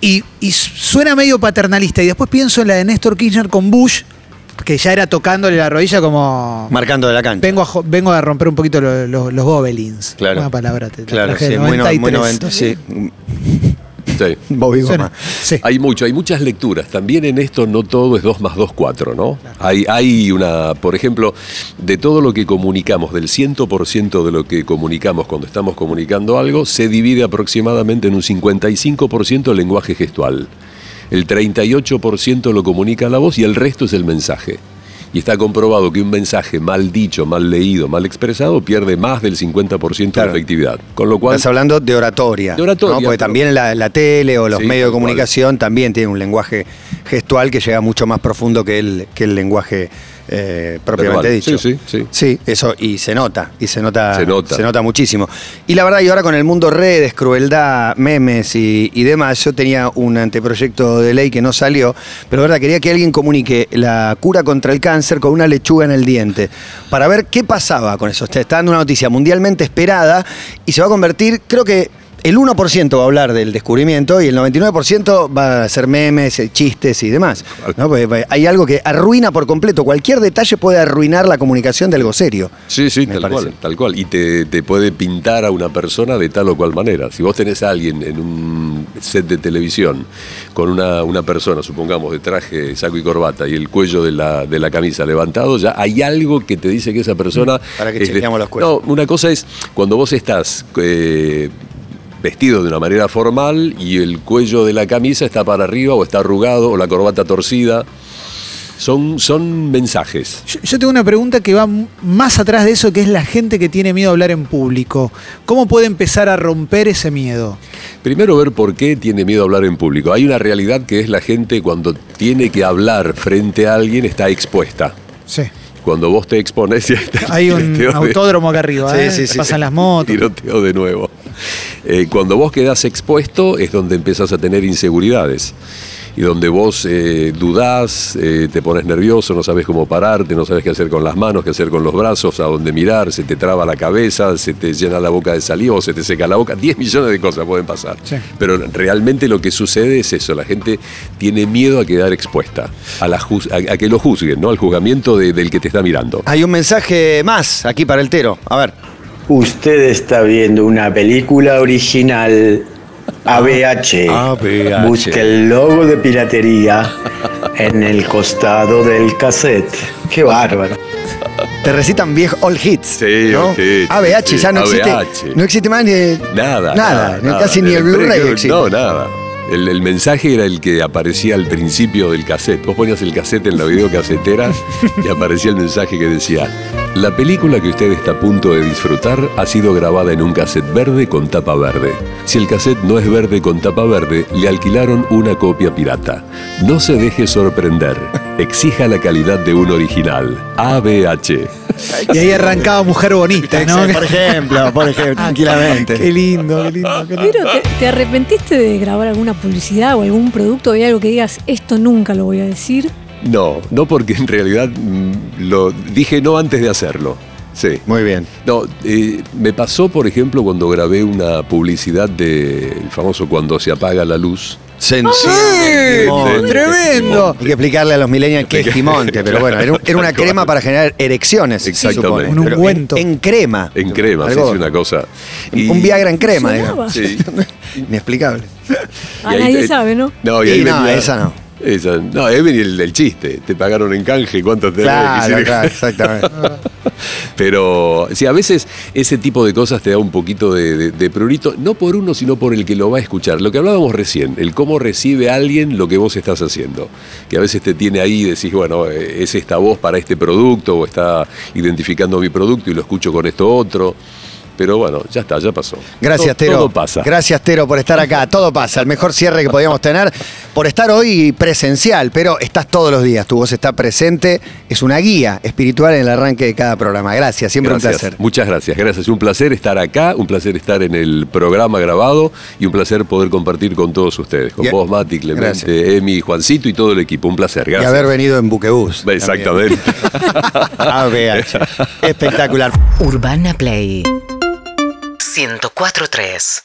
[SPEAKER 4] y, y suena medio paternalista. Y después pienso en la de Néstor Kirchner con Bush, que ya era tocándole la rodilla como...
[SPEAKER 3] Marcando de la cancha.
[SPEAKER 4] Vengo a, jo- vengo a romper un poquito lo- lo- los gobelins.
[SPEAKER 3] Claro.
[SPEAKER 4] Una palabra. te- te
[SPEAKER 3] Claro,
[SPEAKER 4] traje
[SPEAKER 3] sí,
[SPEAKER 4] del
[SPEAKER 3] muy, no- muy
[SPEAKER 4] 93.
[SPEAKER 3] 90, sí.
[SPEAKER 2] Sí.
[SPEAKER 3] Bobby
[SPEAKER 4] Suena.
[SPEAKER 3] Goma.
[SPEAKER 2] Hay mucho, hay muchas lecturas. También en esto no todo es 2 más 2, 4, ¿no? Hay, hay una, por ejemplo, de todo lo que comunicamos, del 100% de lo que comunicamos cuando estamos comunicando algo, se divide aproximadamente en un 55% el lenguaje gestual. El 38% lo comunica la voz y el resto es el mensaje. Y está comprobado que un mensaje mal dicho, mal leído, mal expresado pierde más del 50% de efectividad. Con lo cual,
[SPEAKER 3] Estás hablando de oratoria.
[SPEAKER 2] De oratoria,
[SPEAKER 3] ¿no?
[SPEAKER 2] pero-
[SPEAKER 3] Porque también la, la tele o los
[SPEAKER 2] Sí,
[SPEAKER 3] medios de
[SPEAKER 2] tal cual.
[SPEAKER 3] comunicación también tienen un lenguaje gestual que llega mucho más profundo que el, que el lenguaje eh, propiamente
[SPEAKER 2] Verbal.
[SPEAKER 3] dicho.
[SPEAKER 2] Sí, sí, sí.
[SPEAKER 3] eso, y se nota, y se nota,
[SPEAKER 2] Se nota.
[SPEAKER 3] muchísimo. Y la verdad, y ahora con el mundo redes, crueldad, memes y, y demás, yo tenía un anteproyecto de ley que no salió, pero la verdad quería que alguien comunique la cura contra el cáncer con una lechuga en el diente, para ver qué pasaba con eso. Está está dando una noticia mundialmente esperada y se va a convertir, creo que el 1% va a hablar del descubrimiento y el 99% va a ser memes, eh, chistes y demás. ¿no? Porque, eh, hay algo que arruina por completo. Cualquier detalle puede arruinar la comunicación de algo serio.
[SPEAKER 2] Sí, sí, tal
[SPEAKER 3] parece.
[SPEAKER 2] cual, tal cual. Y te, te puede pintar a una persona de tal o cual manera. Si vos tenés a alguien en un set de televisión con una, una persona, supongamos, de traje, saco y corbata y el cuello de la, de la camisa levantado, ya hay algo que te dice que esa persona...
[SPEAKER 3] Mm, Para que
[SPEAKER 2] es de-
[SPEAKER 3] chequeamos los cuellos.
[SPEAKER 2] No, una cosa es cuando vos estás... eh, vestido de una manera formal y el cuello de la camisa está para arriba o está arrugado o la corbata torcida. Son, son mensajes.
[SPEAKER 4] Yo, yo tengo una pregunta que va m- más atrás de eso, que es la gente que tiene miedo a hablar en público. ¿Cómo puede empezar a romper ese miedo?
[SPEAKER 2] Primero ver por qué tiene miedo a hablar en público. Hay una realidad que es la gente cuando tiene que hablar frente a alguien está expuesta.
[SPEAKER 4] Sí.
[SPEAKER 2] Cuando vos te expones...
[SPEAKER 4] Hay un autódromo acá arriba, ¿eh? Te pasan las motos.
[SPEAKER 2] Tiroteo de nuevo. Eh, cuando vos quedás expuesto es donde empezás a tener inseguridades. Y donde vos eh, dudás, eh, te pones nervioso, no sabes cómo pararte, no sabes qué hacer con las manos, qué hacer con los brazos, a dónde mirar, se te traba la cabeza, se te llena la boca de saliva o se te seca la boca. 10 millones de cosas pueden pasar.
[SPEAKER 4] Sí.
[SPEAKER 2] Pero realmente lo que sucede es eso, la gente tiene miedo a quedar expuesta, a, la juz- a, a que lo juzguen, ¿no? al juzgamiento de- del que te está mirando.
[SPEAKER 3] Hay un mensaje más aquí para el Tero. A ver.
[SPEAKER 10] Usted está viendo una película original ABH.
[SPEAKER 2] ABH.
[SPEAKER 10] Busque el logo de piratería en el costado del cassette. Qué bárbaro.
[SPEAKER 3] Te recitan viejo all hits.
[SPEAKER 2] Sí,
[SPEAKER 3] ¿no?
[SPEAKER 2] all hits,
[SPEAKER 3] ABH
[SPEAKER 2] sí,
[SPEAKER 3] ya no
[SPEAKER 2] ABH.
[SPEAKER 3] existe. No existe más ni.
[SPEAKER 2] Nada.
[SPEAKER 3] Nada, ni- casi ni el Blu-ray
[SPEAKER 2] pre-
[SPEAKER 3] existe.
[SPEAKER 2] No, nada. El, el mensaje era el que aparecía al principio del cassette. Vos ponías el cassette en la videocasetera y aparecía el mensaje que decía: La película que usted está a punto de disfrutar ha sido grabada en un cassette verde con tapa verde. Si el cassette no es verde con tapa verde, le alquilaron una copia pirata. No se deje sorprender. Exija la calidad de un original. ABH.
[SPEAKER 4] Y ahí arrancaba Mujer Bonita, ¿no?
[SPEAKER 3] Por ejemplo, por ejemplo, tranquilamente.
[SPEAKER 4] Ah, Qué lindo, qué lindo, qué lindo.
[SPEAKER 5] Pero ¿te, te arrepentiste de grabar alguna publicidad o algún producto Hay algo que digas, esto nunca lo voy a decir?
[SPEAKER 2] No, no porque en realidad mm, lo dije no antes de hacerlo. Sí.
[SPEAKER 3] Muy bien.
[SPEAKER 2] No, eh, me pasó, por ejemplo, cuando grabé una publicidad del famoso Cuando se apaga la luz.
[SPEAKER 3] Se
[SPEAKER 14] ¡Sí!
[SPEAKER 3] enciende. el Quimonte.
[SPEAKER 14] ¡Tremendo!
[SPEAKER 3] Hay que explicarle a los millennials qué es Quimonte, pero bueno, era, un- era una
[SPEAKER 2] Tal cual.
[SPEAKER 3] crema para generar erecciones. se supone,
[SPEAKER 2] Exactamente.
[SPEAKER 3] pero en- En, crema.
[SPEAKER 2] En crema, sí,
[SPEAKER 3] Algo-
[SPEAKER 2] es una cosa.
[SPEAKER 3] Un Viagra en crema,
[SPEAKER 2] Sonaba.
[SPEAKER 3] digamos.
[SPEAKER 2] Sí.
[SPEAKER 3] Inexplicable.
[SPEAKER 5] Ah,
[SPEAKER 2] Y ahí
[SPEAKER 5] nadie
[SPEAKER 2] te-
[SPEAKER 5] sabe, ¿no?
[SPEAKER 2] No, y ahí
[SPEAKER 3] Y no,
[SPEAKER 2] venía-
[SPEAKER 3] esa no.
[SPEAKER 2] Esa, no, ahí venía el, el chiste. Te pagaron en canje, ¿cuánto te
[SPEAKER 3] Claro,
[SPEAKER 2] quisieron-
[SPEAKER 3] claro, exactamente.
[SPEAKER 2] Pero, sí, a veces ese tipo de cosas te da un poquito de, de- de prurito, no por uno, sino por el que lo va a escuchar. Lo que hablábamos recién, el cómo recibe alguien lo que vos estás haciendo. Que a veces te tiene ahí y decís, bueno, eh, es esta voz para este producto, o está identificando mi producto y lo escucho con esto otro. Pero bueno, ya está, ya pasó.
[SPEAKER 3] Gracias,
[SPEAKER 2] To-
[SPEAKER 3] Tero.
[SPEAKER 2] Todo pasa.
[SPEAKER 3] Gracias, Tero, por estar acá. Todo pasa. El mejor cierre que podíamos tener. Por estar hoy presencial, pero estás todos los días. Tu voz está presente. Es una guía espiritual en el arranque de cada programa. Gracias, siempre un
[SPEAKER 2] Gracias.
[SPEAKER 3] placer.
[SPEAKER 2] Muchas gracias, gracias. Un placer estar acá, un placer estar en el programa grabado y un placer poder compartir con todos ustedes, con
[SPEAKER 3] Y-
[SPEAKER 2] vos, Mati, Clemente, Emi, Juancito y todo el equipo. Un placer,
[SPEAKER 3] Y
[SPEAKER 2] gracias.
[SPEAKER 3] haber venido en buquebús.
[SPEAKER 2] Exactamente.
[SPEAKER 3] ABH. ah, Espectacular.
[SPEAKER 1] Urbana Play 104.3